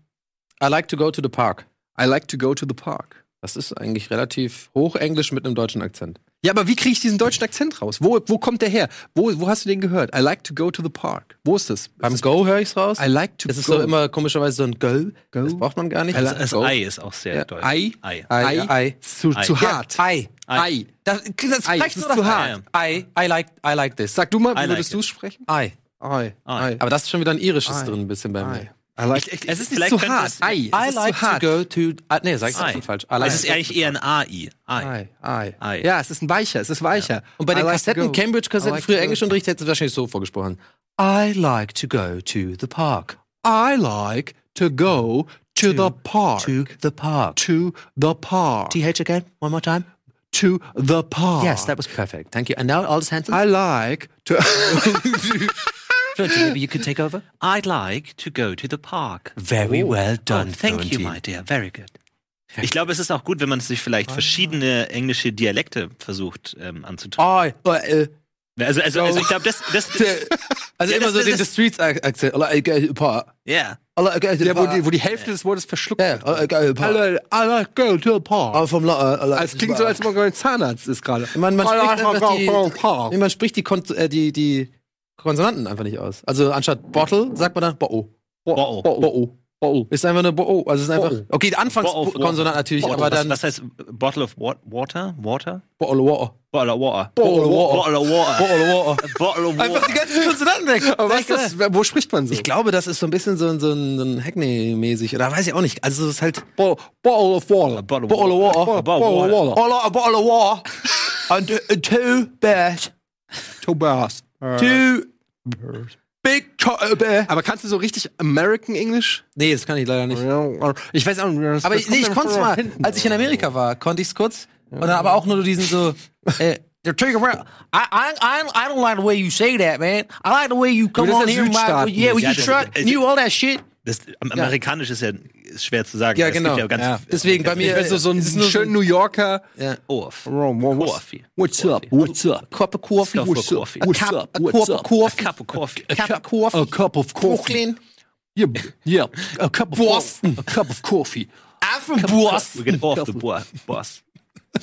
Speaker 3: I like to go to the park.
Speaker 1: I like to go to the park.
Speaker 3: Das ist eigentlich relativ hochenglisch mit einem deutschen Akzent.
Speaker 1: Ja, aber wie kriege ich diesen deutschen Akzent raus? Wo, wo kommt der her? Wo, wo hast du den gehört? I like to go to the park. Wo ist das?
Speaker 3: Beim Go höre ich's raus.
Speaker 1: I like to
Speaker 3: Es ist
Speaker 1: go.
Speaker 3: so immer komischerweise so ein Go.
Speaker 1: Go.
Speaker 3: Das braucht man gar nicht.
Speaker 2: Das, das
Speaker 3: Go.
Speaker 2: Ei ist auch sehr
Speaker 1: Ja,
Speaker 2: deutsch.
Speaker 1: Ei.
Speaker 2: Ei.
Speaker 3: Ei.
Speaker 1: Ei.
Speaker 3: Ei.
Speaker 1: zu,
Speaker 2: Ei.
Speaker 1: zu
Speaker 2: Ja,
Speaker 1: hart.
Speaker 3: Ei.
Speaker 1: Ei.
Speaker 3: Das, das
Speaker 1: Ei,
Speaker 3: reicht
Speaker 1: das
Speaker 3: nur
Speaker 1: ist
Speaker 3: das
Speaker 1: zu
Speaker 2: hart.
Speaker 3: Ei. I like, I like this.
Speaker 1: Sag du mal,
Speaker 2: I
Speaker 1: wie
Speaker 2: like
Speaker 1: würdest
Speaker 2: it.
Speaker 1: du es sprechen?
Speaker 3: Ei.
Speaker 1: Ei.
Speaker 2: Ei.
Speaker 3: Aber das ist schon wieder ein irisches
Speaker 1: Ei.
Speaker 3: drin ein bisschen bei mir.
Speaker 1: I like
Speaker 2: Ich- ich-
Speaker 1: es ist nicht
Speaker 2: vielleicht
Speaker 1: zu
Speaker 2: könnte
Speaker 1: hart.
Speaker 2: es-
Speaker 1: Ei.
Speaker 3: I
Speaker 1: es ist
Speaker 3: like
Speaker 1: zu
Speaker 3: to
Speaker 1: hart.
Speaker 3: go to. Ah, nee, sag ich
Speaker 2: Ei.
Speaker 3: schon falsch. I like
Speaker 2: Es ist
Speaker 3: to-
Speaker 2: eigentlich eher ein AI. Ei.
Speaker 1: Ei. Ei.
Speaker 2: Ei.
Speaker 1: Ja, es ist ein weicher. Es ist weicher.
Speaker 3: Und bei
Speaker 1: I
Speaker 3: den
Speaker 1: like to
Speaker 3: Kassetten,
Speaker 1: go. I
Speaker 3: Cambridge-Kassetten,
Speaker 1: like
Speaker 3: früher
Speaker 1: to go.
Speaker 3: Englischunterricht, hättest du wahrscheinlich so vorgesprochen. I like to go to the park.
Speaker 1: I like to go to,
Speaker 3: To-
Speaker 1: the park.
Speaker 3: To the park.
Speaker 1: To the park.
Speaker 3: TH again, one more time.
Speaker 1: To the park.
Speaker 3: Yes, that was perfect. Thank you. And now, Aldous Hanson,
Speaker 1: I like to.
Speaker 3: Florentine, maybe you could take over.
Speaker 2: I'd like to go to the park. Oh,
Speaker 3: Very well done,
Speaker 2: thank you, my dear. Very good. Ich glaube, es ist auch gut, wenn man sich vielleicht verschiedene englische Dialekte versucht ähm, anzutragen.
Speaker 3: I, but, äh,
Speaker 2: Also, also, also ich glaube, das, das,
Speaker 3: also
Speaker 2: Ja,
Speaker 3: immer
Speaker 2: das-
Speaker 3: so
Speaker 2: das-
Speaker 3: den The Streets-Akzent. I like to go to the park.
Speaker 2: ja.
Speaker 3: I like to go to the
Speaker 1: ja, wo, die,
Speaker 3: park.
Speaker 1: wo die Hälfte des Wortes verschluckt
Speaker 3: Yeah,
Speaker 1: wird. Oh,
Speaker 3: I like to go to the
Speaker 1: I like, I like go to the
Speaker 3: park.
Speaker 1: park.
Speaker 3: I'm from London. I like
Speaker 1: Es
Speaker 3: to
Speaker 1: klingt
Speaker 3: the
Speaker 1: so,
Speaker 3: park.
Speaker 1: als ob man beim Zahnarzt ist gerade.
Speaker 3: Man, man
Speaker 1: I
Speaker 3: spricht
Speaker 1: like to
Speaker 3: einfach
Speaker 1: go to the
Speaker 3: die,
Speaker 1: park.
Speaker 3: nee, man spricht die, Kon äh, die, die Konsonanten einfach nicht aus. Also anstatt Bottle sagt man dann Bo-O. Oh,
Speaker 2: Bo-o.
Speaker 3: Bo-O.
Speaker 1: Bo-o.
Speaker 3: Ist einfach eine Bo-O. Also es ist einfach.
Speaker 1: Bo-o.
Speaker 3: Okay, die
Speaker 2: Bo-o, Bo-o.
Speaker 3: Anfangskonsonant natürlich, aber
Speaker 2: was,
Speaker 3: dann
Speaker 2: was heißt Bottle of wa- Water? Water?
Speaker 3: Bo-O. Bo-O.
Speaker 2: Bottle of Water.
Speaker 3: Bottle of water.
Speaker 2: Bottle of Water.
Speaker 3: Bo-O.
Speaker 2: Bottle of
Speaker 3: Einfach
Speaker 2: Water.
Speaker 3: die ganzen Konsonanten weg.
Speaker 1: Aber was ist das, wo spricht man so?
Speaker 3: Ich glaube, das ist so ein bisschen so ein, so ein, so ein Hackney-mäßig. Oder weiß ich auch nicht. Also es ist halt.
Speaker 1: Bo- Bottle of Water.
Speaker 2: Bottle of
Speaker 3: Bottle of
Speaker 1: Bo-
Speaker 2: Bottle
Speaker 3: water.
Speaker 2: of
Speaker 1: Bottle of Water.
Speaker 2: Water.
Speaker 3: All a bottle of water. And uh, two bears.
Speaker 1: Two bars.
Speaker 3: Two big turtle bear.
Speaker 1: Aber kannst du so richtig American English?
Speaker 3: Nee, das kann ich leider nicht.
Speaker 1: Ich weiß auch nicht. das-
Speaker 3: Aber
Speaker 1: das kommt
Speaker 3: ich, nee, ich
Speaker 1: einfach
Speaker 3: konnte es mal, Also
Speaker 1: hinten.
Speaker 3: als ich in Amerika war, konnte ich es kurz. Und dann aber auch nur diesen so, äh, they're turning around. I, I, I, I don't like the way you say that, man. I like the way you come
Speaker 1: das ist
Speaker 3: on
Speaker 1: ja
Speaker 3: here. and like-
Speaker 1: Südstaaten.
Speaker 3: yeah, well,
Speaker 2: Ja,
Speaker 3: you
Speaker 2: das-
Speaker 3: truck,
Speaker 2: das-
Speaker 3: you all that shit.
Speaker 2: Das, am- Amerikanisch ist ja ist schwer zu sagen.
Speaker 3: Ja,
Speaker 2: Es gibt
Speaker 3: genau.
Speaker 2: Ja ganz,
Speaker 3: Ja. Deswegen, bei mir-
Speaker 1: Ich bin so, so ein
Speaker 3: Es ist nur so-
Speaker 1: schönen New Yorker.
Speaker 3: Yeah.
Speaker 2: Orf.
Speaker 1: What's
Speaker 2: Coffee.
Speaker 1: what's up? What's up?
Speaker 3: Cup of coffee.
Speaker 2: Cup of coffee.
Speaker 3: A
Speaker 1: What's
Speaker 3: cup,
Speaker 1: up?
Speaker 3: a
Speaker 1: What's
Speaker 3: cup of
Speaker 1: up?
Speaker 2: A
Speaker 3: coffee.
Speaker 2: cup of coffee.
Speaker 3: A cup of coffee.
Speaker 2: äh,
Speaker 1: A cup of coffee.
Speaker 3: Brooklyn.
Speaker 1: Yeah, yeah. A cup of
Speaker 3: Boston.
Speaker 1: coffee. A cup of coffee.
Speaker 3: I'm from Boston.
Speaker 2: We get off the boa- boss.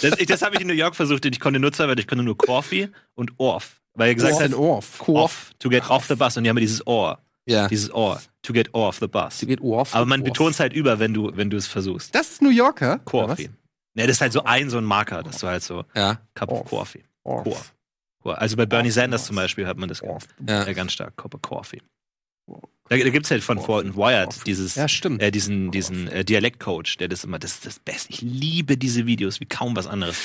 Speaker 2: Das, ich, das habe ich in New York versucht und ich konnte nur zwei Wörter. Ich konnte nur Coffee und Orf. Weil er gesagt hat,
Speaker 1: Orf.
Speaker 2: off, to get off the bus. Und die haben ja dieses Ohr.
Speaker 3: Ja.
Speaker 2: Dieses Ohr. To get off the bus.
Speaker 3: Geht off.
Speaker 2: Aber man betont es halt über, wenn du, wenn du es versuchst.
Speaker 1: Das ist New Yorker?
Speaker 2: Coffee. Ne, das ist halt so ein, so ein Marker. Das war halt so
Speaker 3: Ja.
Speaker 2: Cup of
Speaker 1: Orf.
Speaker 2: Coffee.
Speaker 1: Orf.
Speaker 2: Orf. Also bei Bernie Sanders zum Beispiel hat man das
Speaker 1: Orf.
Speaker 3: Ja.
Speaker 2: äh, ganz stark. Cup of Coffee. Da, da gibt es halt von Fortin Wired dieses,
Speaker 1: Ja, stimmt.
Speaker 2: äh, diesen, diesen äh, Dialektcoach, der das immer, das ist das Beste. Ich liebe diese Videos wie kaum was anderes.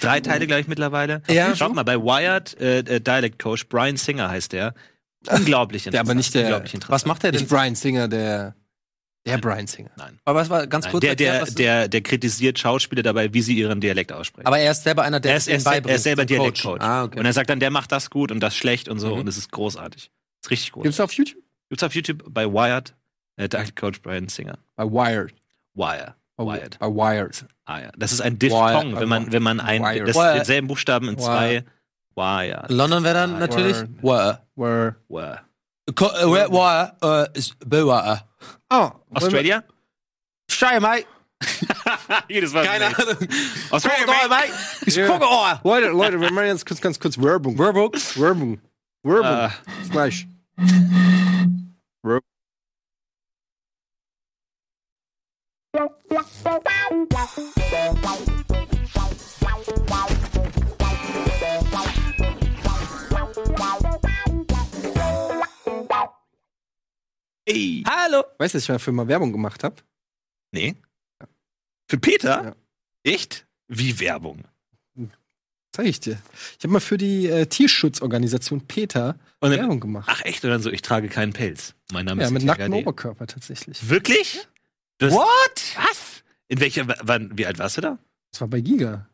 Speaker 2: Drei Teile, glaube ich, mittlerweile.
Speaker 3: Ja.
Speaker 2: Schaut mal, bei Wired äh, äh, Dialektcoach, Brian Singer heißt der. Unglaublich interessant.
Speaker 1: aber nicht der-
Speaker 2: Unglaublich interessant.
Speaker 3: Was macht er denn?
Speaker 1: Nicht Brian Singer, der. Der Brian Singer.
Speaker 3: Aber es war ganz
Speaker 2: Nein,
Speaker 3: kurz.
Speaker 2: der,
Speaker 3: erklärt,
Speaker 2: der,
Speaker 3: was-
Speaker 2: der, der kritisiert Schauspieler dabei, wie sie ihren Dialekt aussprechen.
Speaker 3: aber er ist selber einer, der
Speaker 2: er ist, er
Speaker 3: es
Speaker 2: ist,
Speaker 3: ihnen
Speaker 2: er
Speaker 3: beibringt,
Speaker 2: ist selber
Speaker 3: zum Coachen.
Speaker 2: Dialektcoach.
Speaker 3: Ah, okay.
Speaker 2: Und er sagt dann, der macht das gut und das schlecht und so.
Speaker 3: Mhm.
Speaker 2: Und es ist großartig. Ist richtig gut.
Speaker 1: Gibt's auf YouTube?
Speaker 2: Gibt's auf YouTube bei Wired, äh, Dialektcoach Brian Singer.
Speaker 1: Bei Wired.
Speaker 2: Wire.
Speaker 3: Oh,
Speaker 1: Bei-
Speaker 2: Wired.
Speaker 1: Bei Wired.
Speaker 2: Ah ja, das ist ein Diphthong, wenn man wenn man ein
Speaker 1: also Wire.
Speaker 2: das
Speaker 3: Wire.
Speaker 2: denselben Buchstaben in zwei
Speaker 3: In
Speaker 2: Wire.
Speaker 3: London wäre dann
Speaker 2: Wire.
Speaker 3: natürlich. Wire.
Speaker 1: Where?
Speaker 2: Wire.
Speaker 3: Co- äh, Wet wire. äh, is blue wire.
Speaker 1: Oh,
Speaker 2: Australia?
Speaker 3: Australia, mate.
Speaker 2: Jedes Mal.
Speaker 3: Keine Ahnung.
Speaker 2: Aus
Speaker 3: Mike. Ich
Speaker 1: Ja.
Speaker 3: gucke Ohr.
Speaker 1: Leute, Leute, wir machen jetzt kurz, ganz kurz Werbung. Werbung. Werbung. Werbung.
Speaker 2: Ah.
Speaker 1: Bis gleich.
Speaker 2: Ey.
Speaker 3: Hallo.
Speaker 1: Weißt du, dass ich mal für mal Werbung gemacht habe?
Speaker 2: Nee. Für Peter?
Speaker 1: Ja.
Speaker 2: Echt? Wie Werbung.
Speaker 1: Zeig ich dir. Ich habe mal für die äh, Tierschutzorganisation PETA
Speaker 2: Und dann,
Speaker 1: Werbung gemacht.
Speaker 2: ach echt? Und dann so, ich trage keinen Pelz. Mein Name
Speaker 1: ja,
Speaker 2: ist
Speaker 1: mit
Speaker 2: Peter
Speaker 1: nacktem
Speaker 2: Gade.
Speaker 1: Oberkörper tatsächlich.
Speaker 2: Wirklich? Das,
Speaker 1: What?
Speaker 2: Was? In welcher, wann, wie alt warst du da?
Speaker 1: Das war bei Giga.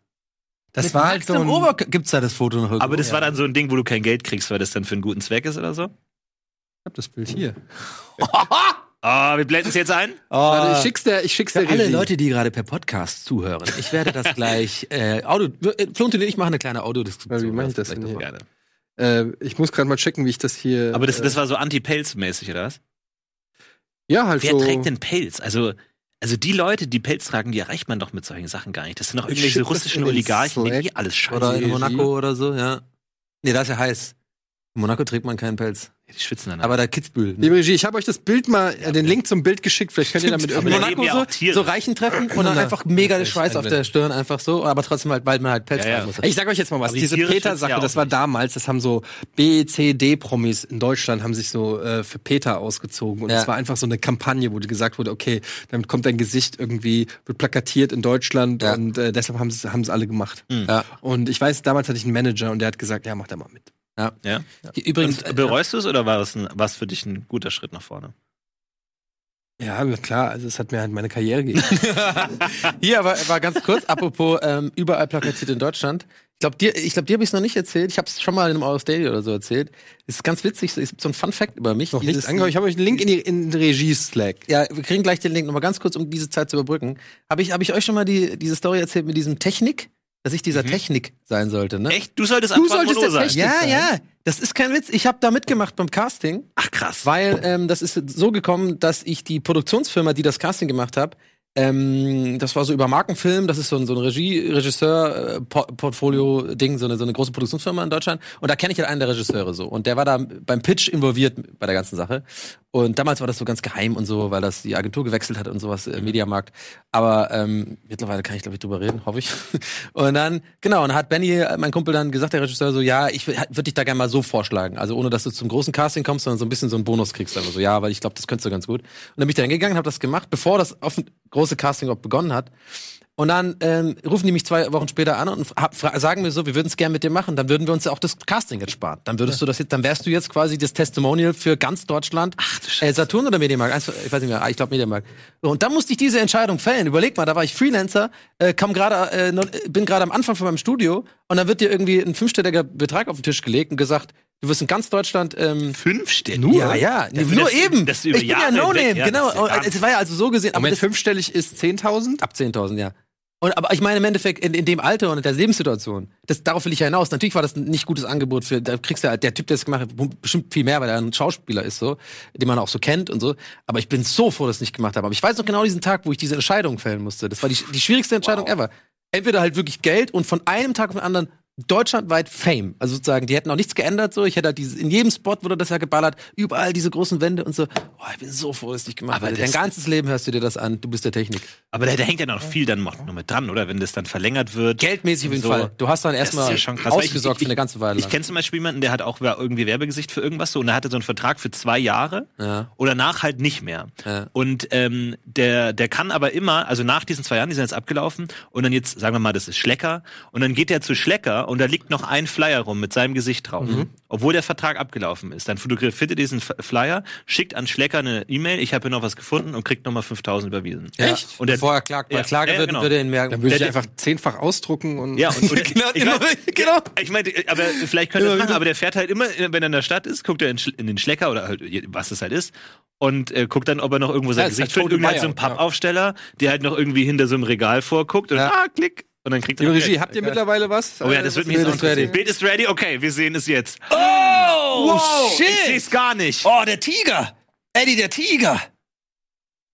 Speaker 1: Das war halt so ein.
Speaker 3: Gibt's da das Foto noch irgendwo?
Speaker 2: Aber das
Speaker 3: Ja.
Speaker 2: war dann so ein Ding, wo du kein Geld kriegst, weil das dann für einen guten Zweck ist oder so?
Speaker 1: ich hab das Bild hier.
Speaker 2: Ah, wir blenden es jetzt ein.
Speaker 1: Warte, ich
Speaker 3: Oh.
Speaker 1: schick's dir, ich schick's
Speaker 3: Für
Speaker 1: dir.
Speaker 3: alle
Speaker 1: Regie.
Speaker 3: Leute, die gerade per Podcast zuhören, ich werde das gleich äh, Audio. äh, Flonte und ich machen eine kleine Also Audiodiskussion.
Speaker 1: Ja, wie mach ich das denn hier?
Speaker 2: Gerne.
Speaker 1: Äh, ich muss gerade mal checken, wie ich das hier.
Speaker 2: Aber das,
Speaker 1: äh,
Speaker 2: das war so anti-Pelz-mäßig, oder was?
Speaker 1: ja halt
Speaker 2: Wer
Speaker 1: so.
Speaker 2: trägt denn Pelz? Also, also die Leute, die Pelz tragen, die erreicht man doch mit solchen Sachen gar nicht. Das sind doch
Speaker 1: Ich
Speaker 2: irgendwelche
Speaker 1: schick das
Speaker 2: russischen
Speaker 1: in den
Speaker 2: Oligarchen, die
Speaker 1: Slack.
Speaker 2: eh alles scheiße.
Speaker 3: Oder in
Speaker 1: Easy.
Speaker 3: Monaco oder so, ja. Nee, da ist ja heiß. In Monaco trägt man keinen Pelz.
Speaker 2: Die schwitzen dann
Speaker 3: Aber da Kitzbühel. Ne?
Speaker 1: Liebe Regie, ich habe euch das Bild mal, äh, den Link zum Bild geschickt. Vielleicht könnt ihr damit
Speaker 2: aber
Speaker 3: in
Speaker 1: irgendwie.
Speaker 2: da leben
Speaker 3: Monaco
Speaker 2: ja
Speaker 3: so,
Speaker 2: auch Tiere.
Speaker 3: so reichen Treffen und dann einfach mega der Schweiß auf der Stirn, einfach so, aber trotzdem halt, weil man halt Pelz
Speaker 2: Ja, ja.
Speaker 3: tragen muss.
Speaker 1: Ey, Ich sag euch jetzt mal was.
Speaker 2: Aber die
Speaker 1: Diese
Speaker 2: Tiere schützen
Speaker 1: Peter-Sache,
Speaker 2: ja auch
Speaker 1: das war
Speaker 2: nicht.
Speaker 1: damals, das haben so B, C, D-Promis in Deutschland haben sich so äh, für Peter ausgezogen. Und
Speaker 3: Ja.
Speaker 1: es war einfach so eine Kampagne, wo gesagt wurde, okay, damit kommt dein Gesicht irgendwie, wird plakatiert in Deutschland
Speaker 3: Ja.
Speaker 1: und äh, deshalb haben sie es alle gemacht.
Speaker 2: Mhm.
Speaker 3: Ja.
Speaker 1: Und ich weiß, damals hatte ich einen Manager und der hat gesagt, ja, mach da mal mit.
Speaker 2: Ja.
Speaker 3: Übrigens,
Speaker 2: Und äh, bereust du es oder war das ein, war's für dich ein guter Schritt nach vorne?
Speaker 1: Ja, na klar, also es hat mir halt meine Karriere gegeben.
Speaker 3: Hier, aber war ganz kurz, apropos ähm, überall plakatiert in Deutschland. Ich glaube, dir, ich glaub, dir habe ich es noch nicht erzählt. Ich habe es schon mal in einem August Daily oder so erzählt. Es ist ganz witzig, so- es gibt so ein Fun Fact über mich.
Speaker 1: Noch
Speaker 3: Dieses-
Speaker 1: nichts angehört. Ich habe euch einen Link in, die, in den Regie-Slack.
Speaker 3: ja, wir kriegen gleich den Link nochmal ganz kurz, um diese Zeit zu überbrücken. Habe ich, hab ich euch schon mal die, diese Story erzählt mit diesem Technik? Dass ich
Speaker 1: Mhm.
Speaker 3: dieser Technik sein sollte, ne?
Speaker 2: Echt? Du solltest
Speaker 1: Du
Speaker 2: Antoine
Speaker 1: solltest
Speaker 2: Monod
Speaker 1: der
Speaker 2: sein.
Speaker 1: Technik-
Speaker 3: Ja,
Speaker 1: sein?
Speaker 3: ja. Das ist kein Witz. Ich habe da mitgemacht beim Casting.
Speaker 2: Ach krass.
Speaker 3: Weil ähm, das ist so gekommen, dass ich die Produktionsfirma, die das Casting gemacht hat, ähm, das war so über Markenfilm, das ist so ein, so ein Regie, Regisseur, äh, Por- Portfolio-Ding, so eine, so eine große Produktionsfirma in Deutschland. Und da kenne ich halt einen der Regisseure so. Und der war da beim Pitch involviert bei der ganzen Sache. Und damals war das so ganz geheim und so, weil das die Agentur gewechselt hat und sowas, äh, Mediamarkt. Aber ähm, mittlerweile kann ich, glaube ich, drüber reden, hoffe ich. Und dann, genau, und hat Benny, äh, mein Kumpel, dann gesagt, der Regisseur, so, ja, ich würde dich da gerne mal so vorschlagen. Also ohne, dass du zum großen Casting kommst, sondern so ein bisschen so einen Bonus kriegst. Aber so, ja, weil ich glaube, das könntest du ganz gut. Und dann bin ich da hingegangen, habe das gemacht, bevor das offen, große Casting überhaupt begonnen hat. Und dann ähm, rufen die mich zwei Wochen später an und hab, fra- sagen mir so, wir würden es gerne mit dir machen, dann würden wir uns ja auch das Casting jetzt sparen. Dann würdest du das jetzt, dann wärst du jetzt quasi das Testimonial für ganz Deutschland. Ach, äh, Saturn oder Medienmarkt? Eins von- Ich weiß nicht mehr, Ah, ich glaube Medienmarkt. So, und dann musste ich diese Entscheidung fällen. Überleg mal, da war ich Freelancer, äh, kam gerade, äh, noch- äh, bin gerade am Anfang von meinem Studio und dann wird dir irgendwie ein fünfstelliger Betrag auf den Tisch gelegt und gesagt, du wirst in ganz Deutschland ähm,
Speaker 2: Fünf Stellen.
Speaker 3: ja, ja,
Speaker 2: Dafür,
Speaker 3: nur
Speaker 2: dass du-
Speaker 3: eben.
Speaker 2: dass du
Speaker 3: ich
Speaker 2: über
Speaker 3: bin ja
Speaker 2: Jahre
Speaker 3: No-Name,
Speaker 2: hinweg- ja,
Speaker 3: genau.
Speaker 2: das ist ja
Speaker 3: Und Es war ja also so gesehen, aber
Speaker 1: Moment,
Speaker 3: das,
Speaker 1: fünfstellig ist 10.000?
Speaker 3: ab 10.000, ja. Und, aber ich meine im Endeffekt in, in dem Alter und in der Lebenssituation, das, darauf will ich ja hinaus. Natürlich war das ein nicht gutes Angebot für, da kriegst du ja, der Typ, der es gemacht hat, bestimmt viel mehr, weil er ein Schauspieler ist, so, den man auch so kennt und so. Aber ich bin so froh, dass ich es nicht gemacht habe. Aber ich weiß noch genau diesen Tag, wo ich diese Entscheidung fällen musste. Das war die, die schwierigste Entscheidung ever. Entweder halt wirklich Geld und von einem Tag auf den anderen deutschlandweit Fame. Also sozusagen, die hätten auch nichts geändert, so. Ich hätte halt dieses, in jedem Spot wurde das ja geballert, überall diese großen Wände und so. Boah, ich bin so froh, dass ich nicht gemacht
Speaker 2: Aber
Speaker 3: habe. Dein
Speaker 2: das-
Speaker 3: ganzes Leben hörst du dir das an, du bist der Technik.
Speaker 2: Aber da, da hängt ja noch viel dann noch noch mit dran, oder? Wenn das dann verlängert wird.
Speaker 3: Geldmäßig auf jeden
Speaker 2: So.
Speaker 3: Fall. Du hast dann
Speaker 2: Das ist
Speaker 3: erstmal
Speaker 2: ja schon krass.
Speaker 3: ausgesorgt
Speaker 2: Ich- ich-
Speaker 3: für eine ganze Weile
Speaker 2: Ich
Speaker 3: lang.
Speaker 2: kenne zum Beispiel jemanden, der hat auch wer- irgendwie Werbegesicht für irgendwas so und er hatte so einen Vertrag für zwei Jahre
Speaker 3: Ja.
Speaker 2: oder nach halt nicht mehr.
Speaker 3: Ja.
Speaker 2: Und ähm, der, der kann aber immer, also nach diesen zwei Jahren, die sind jetzt abgelaufen und dann jetzt, sagen wir mal, das ist Schlecker und dann geht er zu Schlecker und da liegt noch ein Flyer rum mit seinem Gesicht drauf,
Speaker 3: Mhm.
Speaker 2: obwohl der Vertrag abgelaufen ist. Dann fotografiert er diesen F- Flyer, schickt an Schlecker eine E-Mail, ich habe hier noch was gefunden und kriegt nochmal 5000 überwiesen.
Speaker 3: Ja.
Speaker 1: Echt?
Speaker 2: Und der,
Speaker 3: Bevor er klagt, weil
Speaker 2: Ja,
Speaker 3: Klage
Speaker 2: ja,
Speaker 3: wird,
Speaker 2: genau.
Speaker 3: würde er
Speaker 1: Dann
Speaker 3: ihn merken.
Speaker 1: würde ich
Speaker 2: Der-
Speaker 1: einfach zehnfach ausdrucken und.
Speaker 2: Ja, und, und
Speaker 3: Genau,
Speaker 2: ich
Speaker 3: immer-
Speaker 2: mein,
Speaker 3: genau.
Speaker 2: Ich meine, aber vielleicht könnte er
Speaker 3: Immer
Speaker 2: es machen,
Speaker 3: wieder.
Speaker 2: aber der fährt halt immer, wenn er in der Stadt ist, guckt er in, Schl- in den Schlecker oder halt, was es halt ist und äh, guckt dann, ob er noch irgendwo sein
Speaker 1: Ja, ist
Speaker 2: Gesicht
Speaker 1: halt
Speaker 2: findet.
Speaker 1: Tode
Speaker 2: Irgendein
Speaker 1: Meier,
Speaker 2: so ein
Speaker 1: ja.
Speaker 2: Pappaufsteller, der halt noch irgendwie hinter so einem Regal vorguckt und
Speaker 3: Ja.
Speaker 2: ah, klick. Und dann kriegt er
Speaker 1: Liebe
Speaker 2: noch
Speaker 1: Regie,
Speaker 2: Geld.
Speaker 1: habt ihr mittlerweile was? Äh,
Speaker 2: Oh ja, das wird mich
Speaker 3: Bild
Speaker 2: jetzt auch
Speaker 3: ist ready.
Speaker 2: interessieren. Bild ist ready, okay, wir sehen es jetzt.
Speaker 3: Oh,
Speaker 2: Ich sehe es gar nicht.
Speaker 3: Oh, der Tiger. Eddie, der Tiger.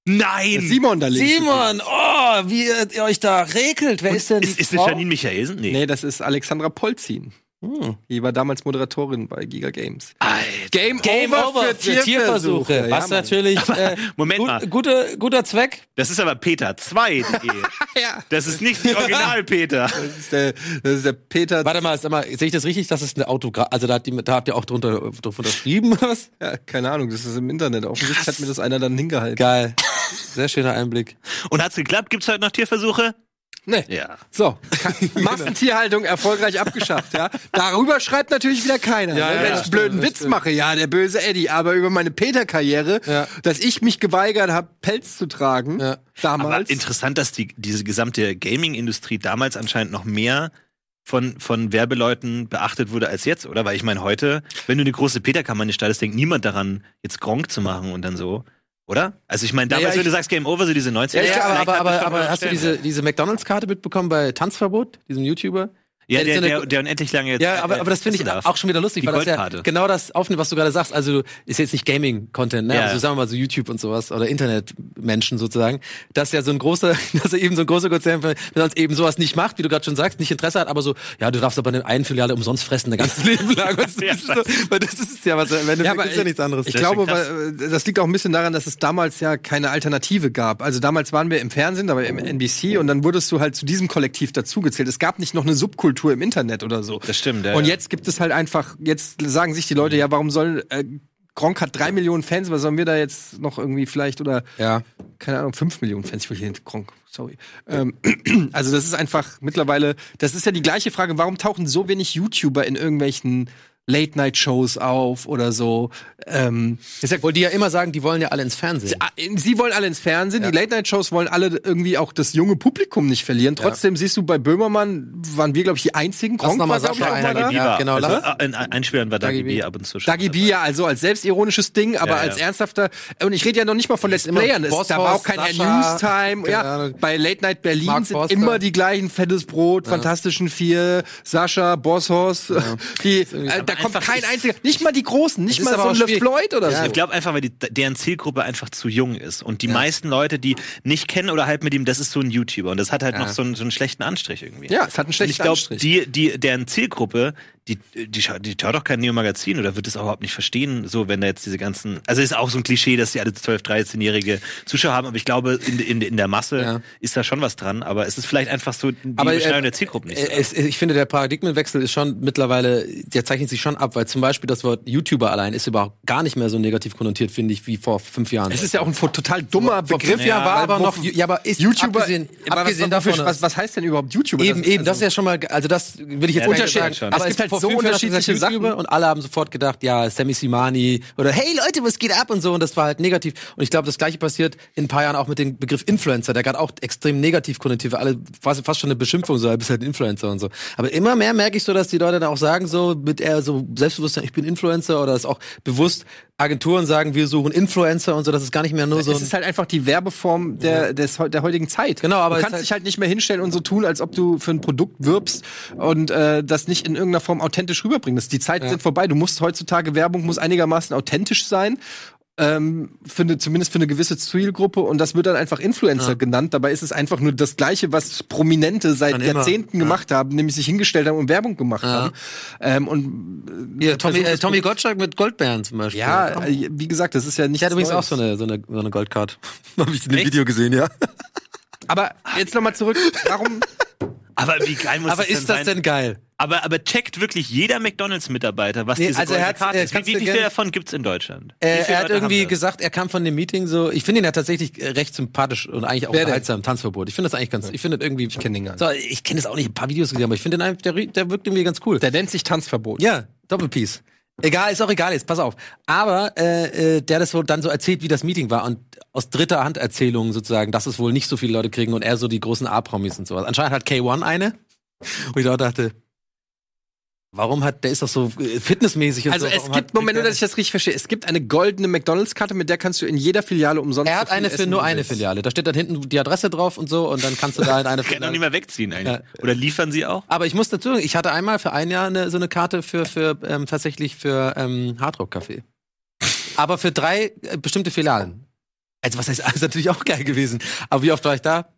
Speaker 2: Nein!
Speaker 1: Simon da links.
Speaker 3: Simon, oh, Alter, wie ihr ihr euch da regelt. Wer ist denn die
Speaker 2: Ist, ist das
Speaker 3: Frau?
Speaker 2: Janine Michaelsen? Nee.
Speaker 1: Nee, das ist Alexandra Polzin.
Speaker 3: Hm.
Speaker 1: Die war damals Moderatorin bei Giga Games.
Speaker 2: Alter.
Speaker 1: Game,
Speaker 3: Game over für Tierversuche. was
Speaker 1: Ja,
Speaker 3: natürlich äh,
Speaker 2: Moment
Speaker 3: gut,
Speaker 2: mal.
Speaker 3: gute, guter Zweck.
Speaker 2: Das ist aber Peter 2.
Speaker 1: ja.
Speaker 2: Das ist nicht die Original-Peter.
Speaker 1: Das ist der, das ist der Peter.
Speaker 3: Warte mal, sag mal sehe ich das richtig? Das ist eine Autograf. Also da, hat die, da habt ihr auch drunter, äh, drunter unterschrieben. oder Was?
Speaker 1: Ja, keine Ahnung, das ist im Internet. Offensichtlich hat mir das einer dann hingehalten.
Speaker 3: Geil. Sehr schöner Einblick.
Speaker 2: Und hat's geklappt? Gibt's heute noch Tierversuche?
Speaker 1: Nee.
Speaker 2: Ja.
Speaker 1: So, Massentierhaltung erfolgreich abgeschafft, ja. Darüber schreibt natürlich wieder keiner.
Speaker 3: Ja,
Speaker 1: ne? Wenn
Speaker 3: ja, ja,
Speaker 1: ich einen
Speaker 3: stimmt,
Speaker 1: blöden
Speaker 3: das
Speaker 1: Witz mache, ja, der böse Eddie, aber über meine Peter-Karriere,
Speaker 3: Ja.
Speaker 1: dass ich mich geweigert habe, Pelz zu tragen,
Speaker 3: Ja.
Speaker 1: damals.
Speaker 2: Aber interessant, dass die, diese gesamte Gaming-Industrie damals anscheinend noch mehr von, von Werbeleuten beachtet wurde als jetzt, oder? Weil ich meine, heute, wenn du eine große Peter-Kampagne startest, denkt niemand daran, jetzt Gronk zu machen und dann so. Oder? Also ich meine, damals,
Speaker 3: Naja, ich-
Speaker 2: wenn du sagst Game Over, so diese 90er.
Speaker 3: Ja,
Speaker 2: vielleicht
Speaker 3: aber, aber,
Speaker 2: hat das
Speaker 3: aber,
Speaker 2: schon mal
Speaker 3: aber hast du
Speaker 2: einen
Speaker 3: diese,
Speaker 2: Stellenwert.
Speaker 3: diese McDonalds-Karte mitbekommen bei Tanzverbot, diesem YouTuber?
Speaker 2: Ja,
Speaker 3: der-
Speaker 2: der,
Speaker 3: so eine-
Speaker 2: der, der unendlich lange jetzt.
Speaker 3: Ja, aber, aber das finde ich
Speaker 2: essen Äh, darf.
Speaker 3: auch schon wieder lustig,
Speaker 2: Die
Speaker 3: weil das ja
Speaker 2: Goldkarte.
Speaker 3: genau das aufnimmt, was du gerade sagst. Also ist jetzt nicht Gaming-Content, ne?
Speaker 2: Ja.
Speaker 3: Also sagen wir mal so YouTube und sowas oder Internetmenschen sozusagen, dass ja so ein großer, dass er eben so ein großer Konzern, der sonst eben sowas nicht macht, wie du gerade schon sagst, nicht Interesse hat, aber so, ja, du darfst aber eine einen Filiale umsonst fressen, dein ganzes Leben lang. Und
Speaker 2: Ja,
Speaker 3: das, ist so, weil das ist ja was, wenn du
Speaker 1: Ja,
Speaker 3: ja,
Speaker 1: aber
Speaker 3: ist ja nichts anderes.
Speaker 1: Ich
Speaker 2: Das ist
Speaker 1: glaube,
Speaker 2: krass.
Speaker 1: weil, äh, das liegt auch ein bisschen daran, dass es damals ja keine Alternative gab. Also damals waren wir im Fernsehen, aber im NBC und dann wurdest du halt zu diesem Kollektiv dazugezählt. Es gab nicht noch eine Subkultur im Internet oder so.
Speaker 2: Das stimmt, ja,
Speaker 1: Und
Speaker 2: ja.
Speaker 1: jetzt gibt es halt einfach, jetzt sagen sich die Leute, ja, warum soll äh, Gronk hat drei Millionen Fans, was sollen wir da jetzt noch irgendwie vielleicht oder
Speaker 3: Ja.
Speaker 1: keine Ahnung, 5 Millionen Fans, ich will hier hinter Gronk, sorry. Ähm, also das ist einfach mittlerweile, das ist ja die gleiche Frage, warum tauchen so wenig YouTuber in irgendwelchen Late-Night-Shows auf oder so? Ähm, ist ja,
Speaker 3: Obwohl die ja immer sagen, die wollen ja alle ins Fernsehen.
Speaker 1: Ah, Sie wollen alle ins Fernsehen, die Late-Night-Shows wollen alle irgendwie auch das junge Publikum nicht verlieren. Trotzdem siehst du, bei Böhmermann waren wir, glaube ich, die einzigen.
Speaker 3: Lass noch mal
Speaker 1: glaub ich,
Speaker 3: Sascha
Speaker 1: auch mal
Speaker 3: einladen.
Speaker 1: da.
Speaker 2: Dagi B
Speaker 3: Ja,
Speaker 2: war.
Speaker 3: genau,
Speaker 2: Also,
Speaker 3: lass-
Speaker 2: äh, in ein- Einspielen war Dagi
Speaker 3: Dagi B.
Speaker 2: B ab und zu schon.
Speaker 1: Dagi B ja also als selbstironisches Ding, aber
Speaker 2: Ja, ja.
Speaker 1: als ernsthafter und ich rede ja noch nicht mal von Let's
Speaker 3: immer
Speaker 1: Playern, es, da
Speaker 3: Bosshorst,
Speaker 1: war auch kein
Speaker 3: Sascha,
Speaker 1: News-Time,
Speaker 3: keine
Speaker 1: ja,
Speaker 3: Ahnung.
Speaker 1: bei Late Night Berlin
Speaker 3: Mark
Speaker 1: sind
Speaker 3: Forster.
Speaker 1: immer die gleichen, fettes Brot, Fantastischen Vier, Sascha, Bosshorst, die, äh, da
Speaker 2: Aber
Speaker 1: kommt
Speaker 2: einfach
Speaker 1: kein
Speaker 2: ist-
Speaker 1: einziger, nicht mal die Großen, nicht
Speaker 3: ist
Speaker 1: mal
Speaker 3: aber
Speaker 1: so
Speaker 3: auch
Speaker 1: ein Le
Speaker 3: schwierig.
Speaker 1: Floyd oder
Speaker 3: Ja,
Speaker 1: so.
Speaker 2: Ich glaube einfach, weil die, deren Zielgruppe einfach zu jung ist. Und die meisten Leute, die nicht kennen oder halt mit ihm, das ist so ein YouTuber. Und das hat halt noch so einen, so einen schlechten Anstrich irgendwie.
Speaker 1: Ja, es hat einen schlechten
Speaker 2: Und ich glaube,
Speaker 1: Anstrich.
Speaker 2: die, die, deren Zielgruppe, die, die, scha- die schaut doch kein Neo-Magazin oder wird es auch überhaupt nicht verstehen, so wenn da jetzt diese ganzen. Also ist auch so ein Klischee, dass die alle 12-, 13-jährige Zuschauer haben, aber ich glaube, in, in, in der Masse
Speaker 3: Ja.
Speaker 2: ist da schon was dran, aber es ist vielleicht einfach so die
Speaker 3: Aber, äh,
Speaker 2: Beschneidung der Zielgruppen nicht. so.
Speaker 3: Äh, Es, ich finde, der Paradigmenwechsel ist schon mittlerweile, der zeichnet sich schon ab, weil zum Beispiel das Wort YouTuber allein ist überhaupt gar nicht mehr so negativ konnotiert, finde ich, wie vor fünf Jahren.
Speaker 1: Es ist ja auch ein vo- total dummer Begriff,
Speaker 2: Ja,
Speaker 1: weil
Speaker 3: aber
Speaker 1: wo-
Speaker 3: noch- ja, aber ist-
Speaker 1: YouTuber,
Speaker 3: abgesehen-
Speaker 1: aber
Speaker 3: abgesehen
Speaker 1: was,
Speaker 3: davon-
Speaker 1: was, was heißt denn überhaupt YouTuber?
Speaker 3: eben,
Speaker 1: Das ist
Speaker 3: eben, das ist ja schon mal, also das will ich jetzt
Speaker 2: Ja,
Speaker 3: nicht
Speaker 2: das stimmt
Speaker 3: sagen.
Speaker 2: schon.
Speaker 3: Aber
Speaker 1: Es
Speaker 3: es
Speaker 1: gibt
Speaker 3: gibt
Speaker 1: halt
Speaker 3: halt vor
Speaker 1: so
Speaker 3: fünf Jahren hast du gesagt,
Speaker 1: unterschiedliche
Speaker 3: YouTuber
Speaker 1: Sachen.
Speaker 3: Und alle haben sofort gedacht, ja, Sammy Simani oder hey Leute, was geht ab und so und das war halt negativ. Und ich glaube, das gleiche passiert in ein paar Jahren auch mit dem Begriff Influencer, der gerade auch extrem negativ konnotiert, weil alle fast, fast schon eine Beschimpfung so, ja, bist halt ein Influencer und so. Aber immer mehr merke ich so, dass die Leute dann auch sagen so mit eher so Selbstbewusstsein, ich bin Influencer oder das auch bewusst Agenturen sagen, wir suchen Influencer und so, das ist gar nicht mehr nur so
Speaker 1: es
Speaker 3: ein
Speaker 1: ist halt einfach die Werbeform der, des, heu- der heutigen Zeit.
Speaker 3: Genau, aber
Speaker 1: du
Speaker 3: es
Speaker 1: kannst
Speaker 3: ist halt-
Speaker 1: dich halt nicht mehr hinstellen und so tun, als ob du für ein Produkt wirbst und äh, das nicht in irgendeiner Form authentisch rüberbringen. Das, die Zeiten sind vorbei. Du musst heutzutage Werbung muss einigermaßen authentisch sein. Ähm, für eine, zumindest für eine gewisse Zielgruppe und das wird dann einfach Influencer genannt. Dabei ist es einfach nur das Gleiche, was Prominente seit
Speaker 3: Schon immer.
Speaker 1: Jahrzehnten gemacht haben, nämlich sich hingestellt haben und Werbung gemacht
Speaker 3: Ja.
Speaker 1: haben. Ähm, und
Speaker 3: Ja, Tommy,
Speaker 1: versucht
Speaker 3: äh,
Speaker 1: das
Speaker 3: Tommy Gottschalk mit Goldbeeren zum Beispiel.
Speaker 1: ja, äh, wie gesagt, das ist ja nicht.
Speaker 3: Der hat übrigens auch so eine, so eine, so eine Goldcard. Habe ich in dem
Speaker 2: Echt?
Speaker 3: Video gesehen, ja.
Speaker 1: Aber jetzt nochmal zurück. Warum?
Speaker 2: aber wie geil muss
Speaker 3: äh, Aber
Speaker 2: das
Speaker 3: ist das
Speaker 2: sein?
Speaker 3: denn geil?
Speaker 2: Aber, aber checkt wirklich jeder McDonalds-Mitarbeiter, was
Speaker 3: Nee,
Speaker 2: diese
Speaker 3: also
Speaker 2: also
Speaker 3: er
Speaker 2: goldene
Speaker 3: hat's,
Speaker 2: Karte
Speaker 3: äh,
Speaker 2: ist? Wie,
Speaker 3: kannst
Speaker 2: wie
Speaker 3: du
Speaker 2: viele
Speaker 3: gerne-
Speaker 2: davon gibt's in Deutschland? Wie viele
Speaker 3: Äh, er hat
Speaker 2: Leute haben
Speaker 3: irgendwie
Speaker 2: das?
Speaker 3: gesagt, er kam von dem Meeting so. Ich finde ihn ja tatsächlich äh, recht sympathisch und eigentlich auch
Speaker 1: Wer denn?
Speaker 3: unterhaltsam. Tanzverbot. Ich finde das eigentlich ganz. Ich finde das irgendwie. Ich
Speaker 1: kenn den gar nicht.
Speaker 3: So, ich kenne das auch nicht. Ein paar Videos gesehen, aber ich finde den einfach. Der, ri- der wirkt irgendwie ganz cool.
Speaker 1: Der nennt sich Tanzverbot.
Speaker 3: Ja, Doppelpiece. Egal, ist auch egal jetzt, pass auf. Aber äh, äh, der das wohl dann so erzählt, wie das Meeting war und aus dritter Hand Erzählungen sozusagen, dass es wohl nicht so viele Leute kriegen und er so die großen A-Promis und sowas. Anscheinend hat K1 eine. Und ich auch dachte, warum hat, der ist doch so äh, fitnessmäßig und
Speaker 1: Also
Speaker 3: so.
Speaker 1: es
Speaker 3: warum
Speaker 1: gibt,
Speaker 3: hat,
Speaker 1: Moment, nur dass ich das richtig verstehe, es gibt eine goldene McDonalds-Karte, mit der kannst du in jeder Filiale umsonst.
Speaker 3: Er hat
Speaker 1: so viel
Speaker 3: eine für
Speaker 1: essen, wie
Speaker 3: nur
Speaker 1: du
Speaker 3: eine
Speaker 1: willst.
Speaker 3: Filiale. Da steht dann hinten die Adresse drauf und so und dann kannst du da in eine
Speaker 2: Kann doch
Speaker 3: Filiale.
Speaker 2: nicht mehr wegziehen eigentlich. Oder liefern sie auch?
Speaker 3: Aber ich muss dazu sagen, ich hatte einmal für ein Jahr eine, so eine Karte für, für ähm, tatsächlich für ähm, Hardrock-Café. Aber für drei äh, bestimmte Filialen. Also was heißt, alles natürlich auch geil gewesen. Aber wie oft war ich da?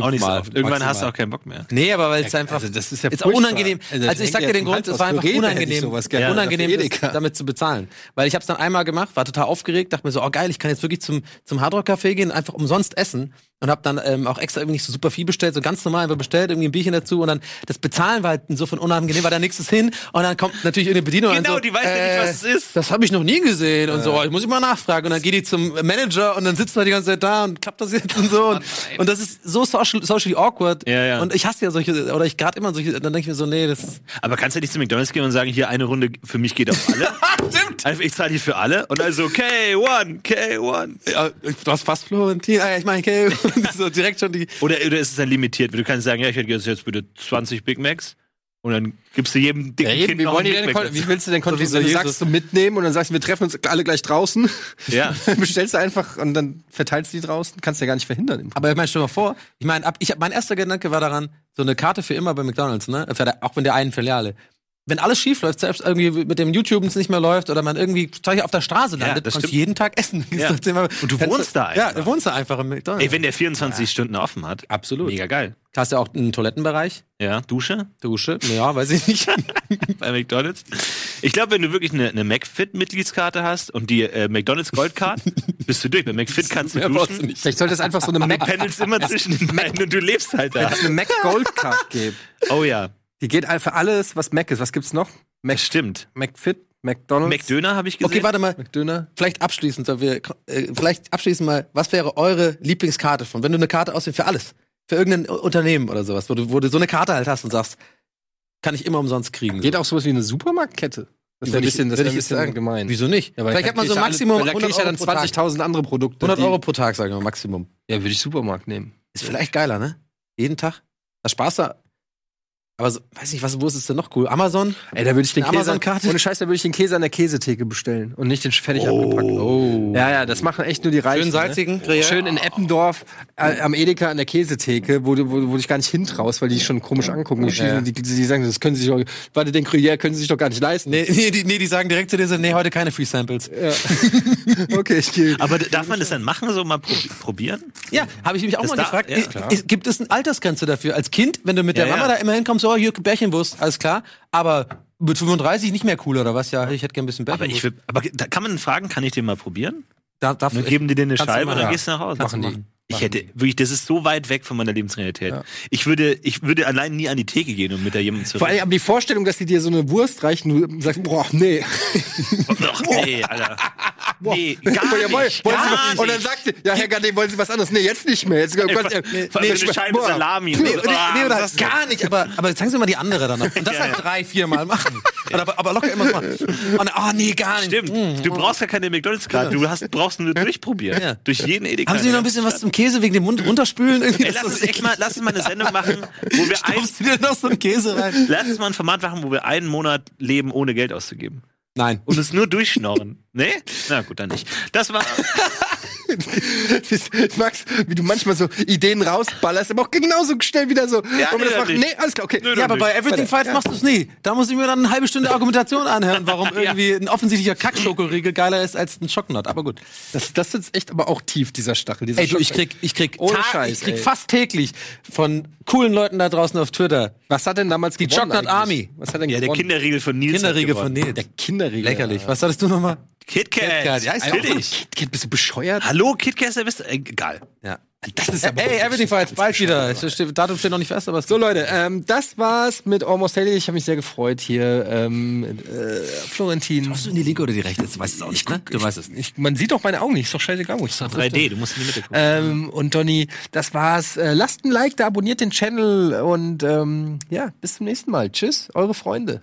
Speaker 2: Auch nicht so
Speaker 4: Fünfmal,
Speaker 2: oft. Irgendwann hast du
Speaker 4: maximal.
Speaker 2: auch keinen Bock mehr.
Speaker 3: Nee, aber weil es einfach.
Speaker 1: Also, das ist ja
Speaker 3: Jetzt auch
Speaker 1: furchtbar.
Speaker 3: unangenehm.
Speaker 1: Also,
Speaker 3: Also,
Speaker 1: das
Speaker 3: ich
Speaker 1: hängt
Speaker 3: sag
Speaker 1: ja
Speaker 3: dir den
Speaker 1: vom
Speaker 3: Grund,
Speaker 1: Hals
Speaker 3: es war
Speaker 1: aus. Für
Speaker 3: einfach
Speaker 1: Rewe hätte ich
Speaker 3: unangenehm,
Speaker 1: sowas gerne.
Speaker 2: Ja,
Speaker 3: unangenehm
Speaker 1: dafür
Speaker 3: das,
Speaker 1: Edeka.
Speaker 3: damit zu bezahlen. Weil ich habe es dann einmal gemacht, war total aufgeregt, dachte mir so, oh geil, ich kann jetzt wirklich zum, zum Hardrock-Café gehen, einfach umsonst essen. Und habe dann ähm, auch extra irgendwie nicht so super viel bestellt, so ganz normal einfach bestellt, irgendwie ein Bierchen dazu. Und dann das Bezahlen war halt insofern unangenehm, weil da nichts ist hin. Und dann kommt natürlich eine Bedienung
Speaker 2: Genau,
Speaker 3: und so, äh,
Speaker 2: die weiß ja nicht, was es ist.
Speaker 3: Das habe ich noch nie gesehen. Und so, oh, ich muss ich mal nachfragen. Und dann geht die zum Manager und dann sitzt man die ganze Zeit da und klappt das jetzt und so. Und, und das ist so social, socially awkward.
Speaker 2: Ja, ja.
Speaker 3: Und ich hasse ja solche, oder ich gerade immer solche, dann denke ich mir so, nee, das...
Speaker 2: Aber kannst du nicht zu McDonalds gehen und sagen, hier eine Runde für mich geht auf alle? Stimmt. Einfach, ich zahle die für alle. Und also K1, K1.
Speaker 3: Ja, du hast fast Florentin, ah, ja, ich meine, okay, so direkt schon die.
Speaker 2: Oder, oder ist es dann limitiert? Du kannst sagen, ja, ich hätte jetzt bitte 20 Big Macs. Und dann gibst du jedem dicken
Speaker 1: Eben,
Speaker 2: Kind
Speaker 1: wie,
Speaker 2: noch
Speaker 1: wollen
Speaker 2: einen
Speaker 1: die
Speaker 2: Big
Speaker 1: denn,
Speaker 2: Mac.
Speaker 1: kon- wie
Speaker 2: dazu.
Speaker 1: willst du denn
Speaker 3: wie so
Speaker 1: kontrollieren? Du
Speaker 3: Jesus.
Speaker 1: sagst du mitnehmen und dann sagst du, wir treffen uns alle gleich draußen.
Speaker 2: Ja.
Speaker 1: Bestellst du einfach und dann verteilst du die draußen. Kannst du ja gar nicht verhindern. Im
Speaker 3: Aber ich meine, stell dir mal vor, ich meine, ab- ich hab, mein erster Gedanke war daran, so eine Karte für immer bei McDonalds, ne? Für der, auch wenn der einen Filiale. Wenn alles schief läuft, selbst irgendwie mit dem YouTube es nicht mehr läuft oder man irgendwie gleich auf der Straße landet,
Speaker 2: das
Speaker 3: kannst du
Speaker 2: stimmt.
Speaker 3: jeden Tag essen.
Speaker 2: Ja.
Speaker 3: Das ist immer-
Speaker 2: Und du
Speaker 3: Kannst
Speaker 2: wohnst da
Speaker 3: Ja,
Speaker 2: einfach.
Speaker 3: du wohnst da einfach im McDonalds.
Speaker 2: Ey, wenn der 24 Stunden offen hat.
Speaker 3: Absolut.
Speaker 2: Mega geil.
Speaker 3: Du hast ja auch einen Toilettenbereich,
Speaker 2: Ja, Dusche
Speaker 3: Dusche, ja, weiß ich nicht.
Speaker 2: bei McDonalds. Ich glaube, wenn du wirklich eine, eine McFit-Mitgliedskarte hast und die äh, McDonalds Goldcard, bist du durch. Bei McFit kannst du duschen.
Speaker 1: nicht. Vielleicht sollte es einfach so eine Mac,
Speaker 2: Pendelst immer zwischen den beiden und du lebst halt da.
Speaker 1: eine Mac Gold Card geben.
Speaker 2: Oh ja,
Speaker 1: Die geht all- für alles, was Mac ist. Was gibt's noch?
Speaker 2: das stimmt.
Speaker 1: McFit, McDonald's,
Speaker 2: McDöner habe ich gesehen.
Speaker 3: Okay, warte mal,
Speaker 1: McDöner.
Speaker 3: vielleicht abschließend, weil wir, äh, vielleicht abschließend mal, was wäre eure Lieblingskarte von, wenn du eine Karte auswählst für alles, für irgendein Unternehmen oder sowas, wo du, wo du so eine Karte halt hast und sagst, kann ich immer umsonst kriegen.
Speaker 1: Geht auch sowas wie eine Supermarktkette. Das wäre ein
Speaker 3: Würde ich-
Speaker 1: bisschen, das
Speaker 3: würde
Speaker 1: wär ein
Speaker 3: ich jetzt
Speaker 1: bisschen
Speaker 3: sagen.
Speaker 1: gemein.
Speaker 3: Wieso nicht?
Speaker 1: Ja, aber
Speaker 3: vielleicht
Speaker 1: da
Speaker 3: hat man
Speaker 1: krieg
Speaker 3: so
Speaker 1: ich ja alle-
Speaker 3: Maximum
Speaker 1: Da krieg
Speaker 3: 100
Speaker 1: ich ja dann
Speaker 3: Euro pro Tag.
Speaker 1: 20.000 andere Produkte.
Speaker 3: 100
Speaker 1: die-
Speaker 3: Euro pro Tag, sagen wir mal, Maximum.
Speaker 1: Ja, würde ich Supermarkt nehmen.
Speaker 3: Ist vielleicht geiler, ne? Jeden Tag. Da Spaß da. Aber so, weiß nicht, was, wo ist es denn noch cool? Amazon?
Speaker 1: Ey, da würde ich den
Speaker 3: Eine
Speaker 1: Käse.
Speaker 3: Amazon-Karte?
Speaker 1: Ohne Scheiß, da würde ich den Käse an der Käsetheke bestellen und nicht den fertig abgepackten.
Speaker 3: Oh.
Speaker 1: Ja, ja, das machen echt nur die Reichen.
Speaker 3: Schön salzigen, Gruyère.
Speaker 1: Ne? Schön in Eppendorf äh, am Edeka an der Käsetheke, wo du, wo, du- wo du dich gar nicht hintraust, weil die dich schon komisch angucken. Die,
Speaker 3: Ja.
Speaker 1: die, die, die sagen, das können sie sich doch, warte, den Gruyère können sie sich doch gar nicht leisten.
Speaker 3: Nee, nee, die, nee, die sagen direkt zu dir so, nee, heute keine Free Samples.
Speaker 1: Okay, ich gehe.
Speaker 2: Aber d- darf man das dann machen, so mal probi probieren?
Speaker 3: Ja, habe ich mich auch
Speaker 2: Das
Speaker 3: mal
Speaker 2: da-
Speaker 3: gefragt.
Speaker 2: ja,
Speaker 3: i-
Speaker 2: klar.
Speaker 3: i- gibt es eine Altersgrenze dafür? Als Kind, wenn du mit
Speaker 2: Ja,
Speaker 3: der Mama
Speaker 2: ja.
Speaker 3: da immer hinkommst, so, oh, hier Bärchenwurst, alles klar. Aber mit 35 nicht mehr cool, oder was? Ja, ich hätte gern ein bisschen
Speaker 2: Aber, ich
Speaker 3: Bärchenwurst.
Speaker 2: will, aber da kann man fragen, kann ich den mal probieren?
Speaker 3: da, darf
Speaker 2: Dann geben die dir eine
Speaker 3: Kannst du
Speaker 2: Scheibe
Speaker 3: machen,
Speaker 2: und dann
Speaker 3: ja.
Speaker 2: gehst du nach Hause.
Speaker 3: Kannst du
Speaker 2: Machen
Speaker 3: machen.
Speaker 2: die. Ich hätte wirklich, das ist so weit weg von meiner Lebensrealität. Ich würde, ich würde allein nie an die Theke gehen, um mit da jemandem zu
Speaker 1: Vor allem
Speaker 2: reden.
Speaker 1: aber die Vorstellung, dass die dir so eine Wurst reichen, du sagst, boah, nee.
Speaker 2: Doch, nee, Alter. Nee,
Speaker 1: Boah, jawohl,
Speaker 2: gar nicht.
Speaker 1: wollen Sie
Speaker 2: Gar
Speaker 1: was- Und dann
Speaker 2: nicht.
Speaker 1: sagt sie, ja, Herr Gardin, wollen Sie was anderes? Nee, jetzt nicht mehr. Jetzt, oh nee,
Speaker 2: vor- vor allem eine Scheibe Salami.
Speaker 3: Nee, oder,
Speaker 2: Ah,
Speaker 3: nee,
Speaker 2: was
Speaker 3: oder
Speaker 2: ist das denn?
Speaker 3: gar nicht, aber, aber zeigen Sie mal die andere dann noch. Und das halt drei, vier Mal machen. Oder, aber, aber locker immer so machen. Und, dann, oh, nee, gar nicht.
Speaker 2: Stimmt. Du brauchst ja keine McDonalds-Karte. Du hast, brauchst nur durchprobieren.
Speaker 3: Ja.
Speaker 2: Durch jeden Edeka.
Speaker 3: Haben Sie noch ein bisschen was zum Käse wegen dem Mund runterspülen? Irgendwie,
Speaker 2: Ey,
Speaker 3: das
Speaker 2: lass uns
Speaker 3: ist
Speaker 2: echt mal, lass uns mal eine Sendung machen, wo wir ein,
Speaker 3: Stopfst du dir noch so einen Käse rein?
Speaker 2: lass uns mal ein Format machen, wo wir einen Monat leben, ohne Geld auszugeben.
Speaker 3: Nein.
Speaker 2: Und es nur durchschnorren. Nee? Na gut, dann nicht. Das war,
Speaker 1: Ich mag's, wie du manchmal so Ideen rausballerst, aber auch genauso schnell wieder so.
Speaker 2: Ja,
Speaker 1: wollen wir
Speaker 2: nee,
Speaker 1: das machen?
Speaker 2: natürlich.
Speaker 1: Nee, alles klar, okay.
Speaker 2: Nö, nö,
Speaker 1: ja, aber
Speaker 2: nö.
Speaker 1: bei
Speaker 3: Bei Everything Fights machst du es nie. Da muss ich mir dann eine halbe Stunde Argumentation anhören, warum irgendwie ein offensichtlicher Kackschokoriegel geiler ist als ein Schokonut. Aber gut.
Speaker 1: das, das ist echt aber auch tief, dieser Stachel. Dieser
Speaker 3: Ey, du, ich
Speaker 1: Stachel.
Speaker 3: krieg, ich krieg,
Speaker 1: Ohne
Speaker 3: ta-
Speaker 1: Scheiß,
Speaker 3: ich krieg
Speaker 1: ey.
Speaker 3: fast täglich von coolen Leuten da draußen auf Twitter.
Speaker 1: Was hat denn damals
Speaker 3: Die
Speaker 1: gewonnen
Speaker 3: Chocolate
Speaker 1: eigentlich?
Speaker 3: Army.
Speaker 1: Was hat denn
Speaker 2: ja, der
Speaker 1: gewonnen?
Speaker 2: Kinderriegel von Nils.
Speaker 1: halt
Speaker 3: Kinderriegel
Speaker 2: hat
Speaker 3: von
Speaker 2: gewonnen.
Speaker 3: Nils.
Speaker 1: der Kinderriegel.
Speaker 3: Lächerlich. Was hattest du nochmal?
Speaker 2: KitKat.
Speaker 3: KitKat, ja, ist
Speaker 2: Natürlich.
Speaker 3: auch
Speaker 1: Kind, bist du bescheuert?
Speaker 2: Hallo, KitKat, da bist du, egal.
Speaker 3: Ja.
Speaker 1: Das ist aber
Speaker 3: Ey, Everything Fights, bald wieder. Es steht- Datum steht noch nicht fest, aber es
Speaker 1: So Leute, ähm, das war's mit Almost Daily. Ich habe mich sehr gefreut hier. Ähm, äh, Florentin.
Speaker 3: du in die linke oder die rechte? Du weißt es auch nicht, ne? Du weißt es nicht.
Speaker 1: Ich, man sieht doch meine Augen nicht. Ist doch scheißegal, wo ich
Speaker 2: 3D, du musst in die Mitte gucken.
Speaker 1: Ähm, und Donny, das war's. Äh, lasst ein Like da, abonniert den Channel und ähm, ja, bis zum nächsten Mal. Tschüss, eure Freunde.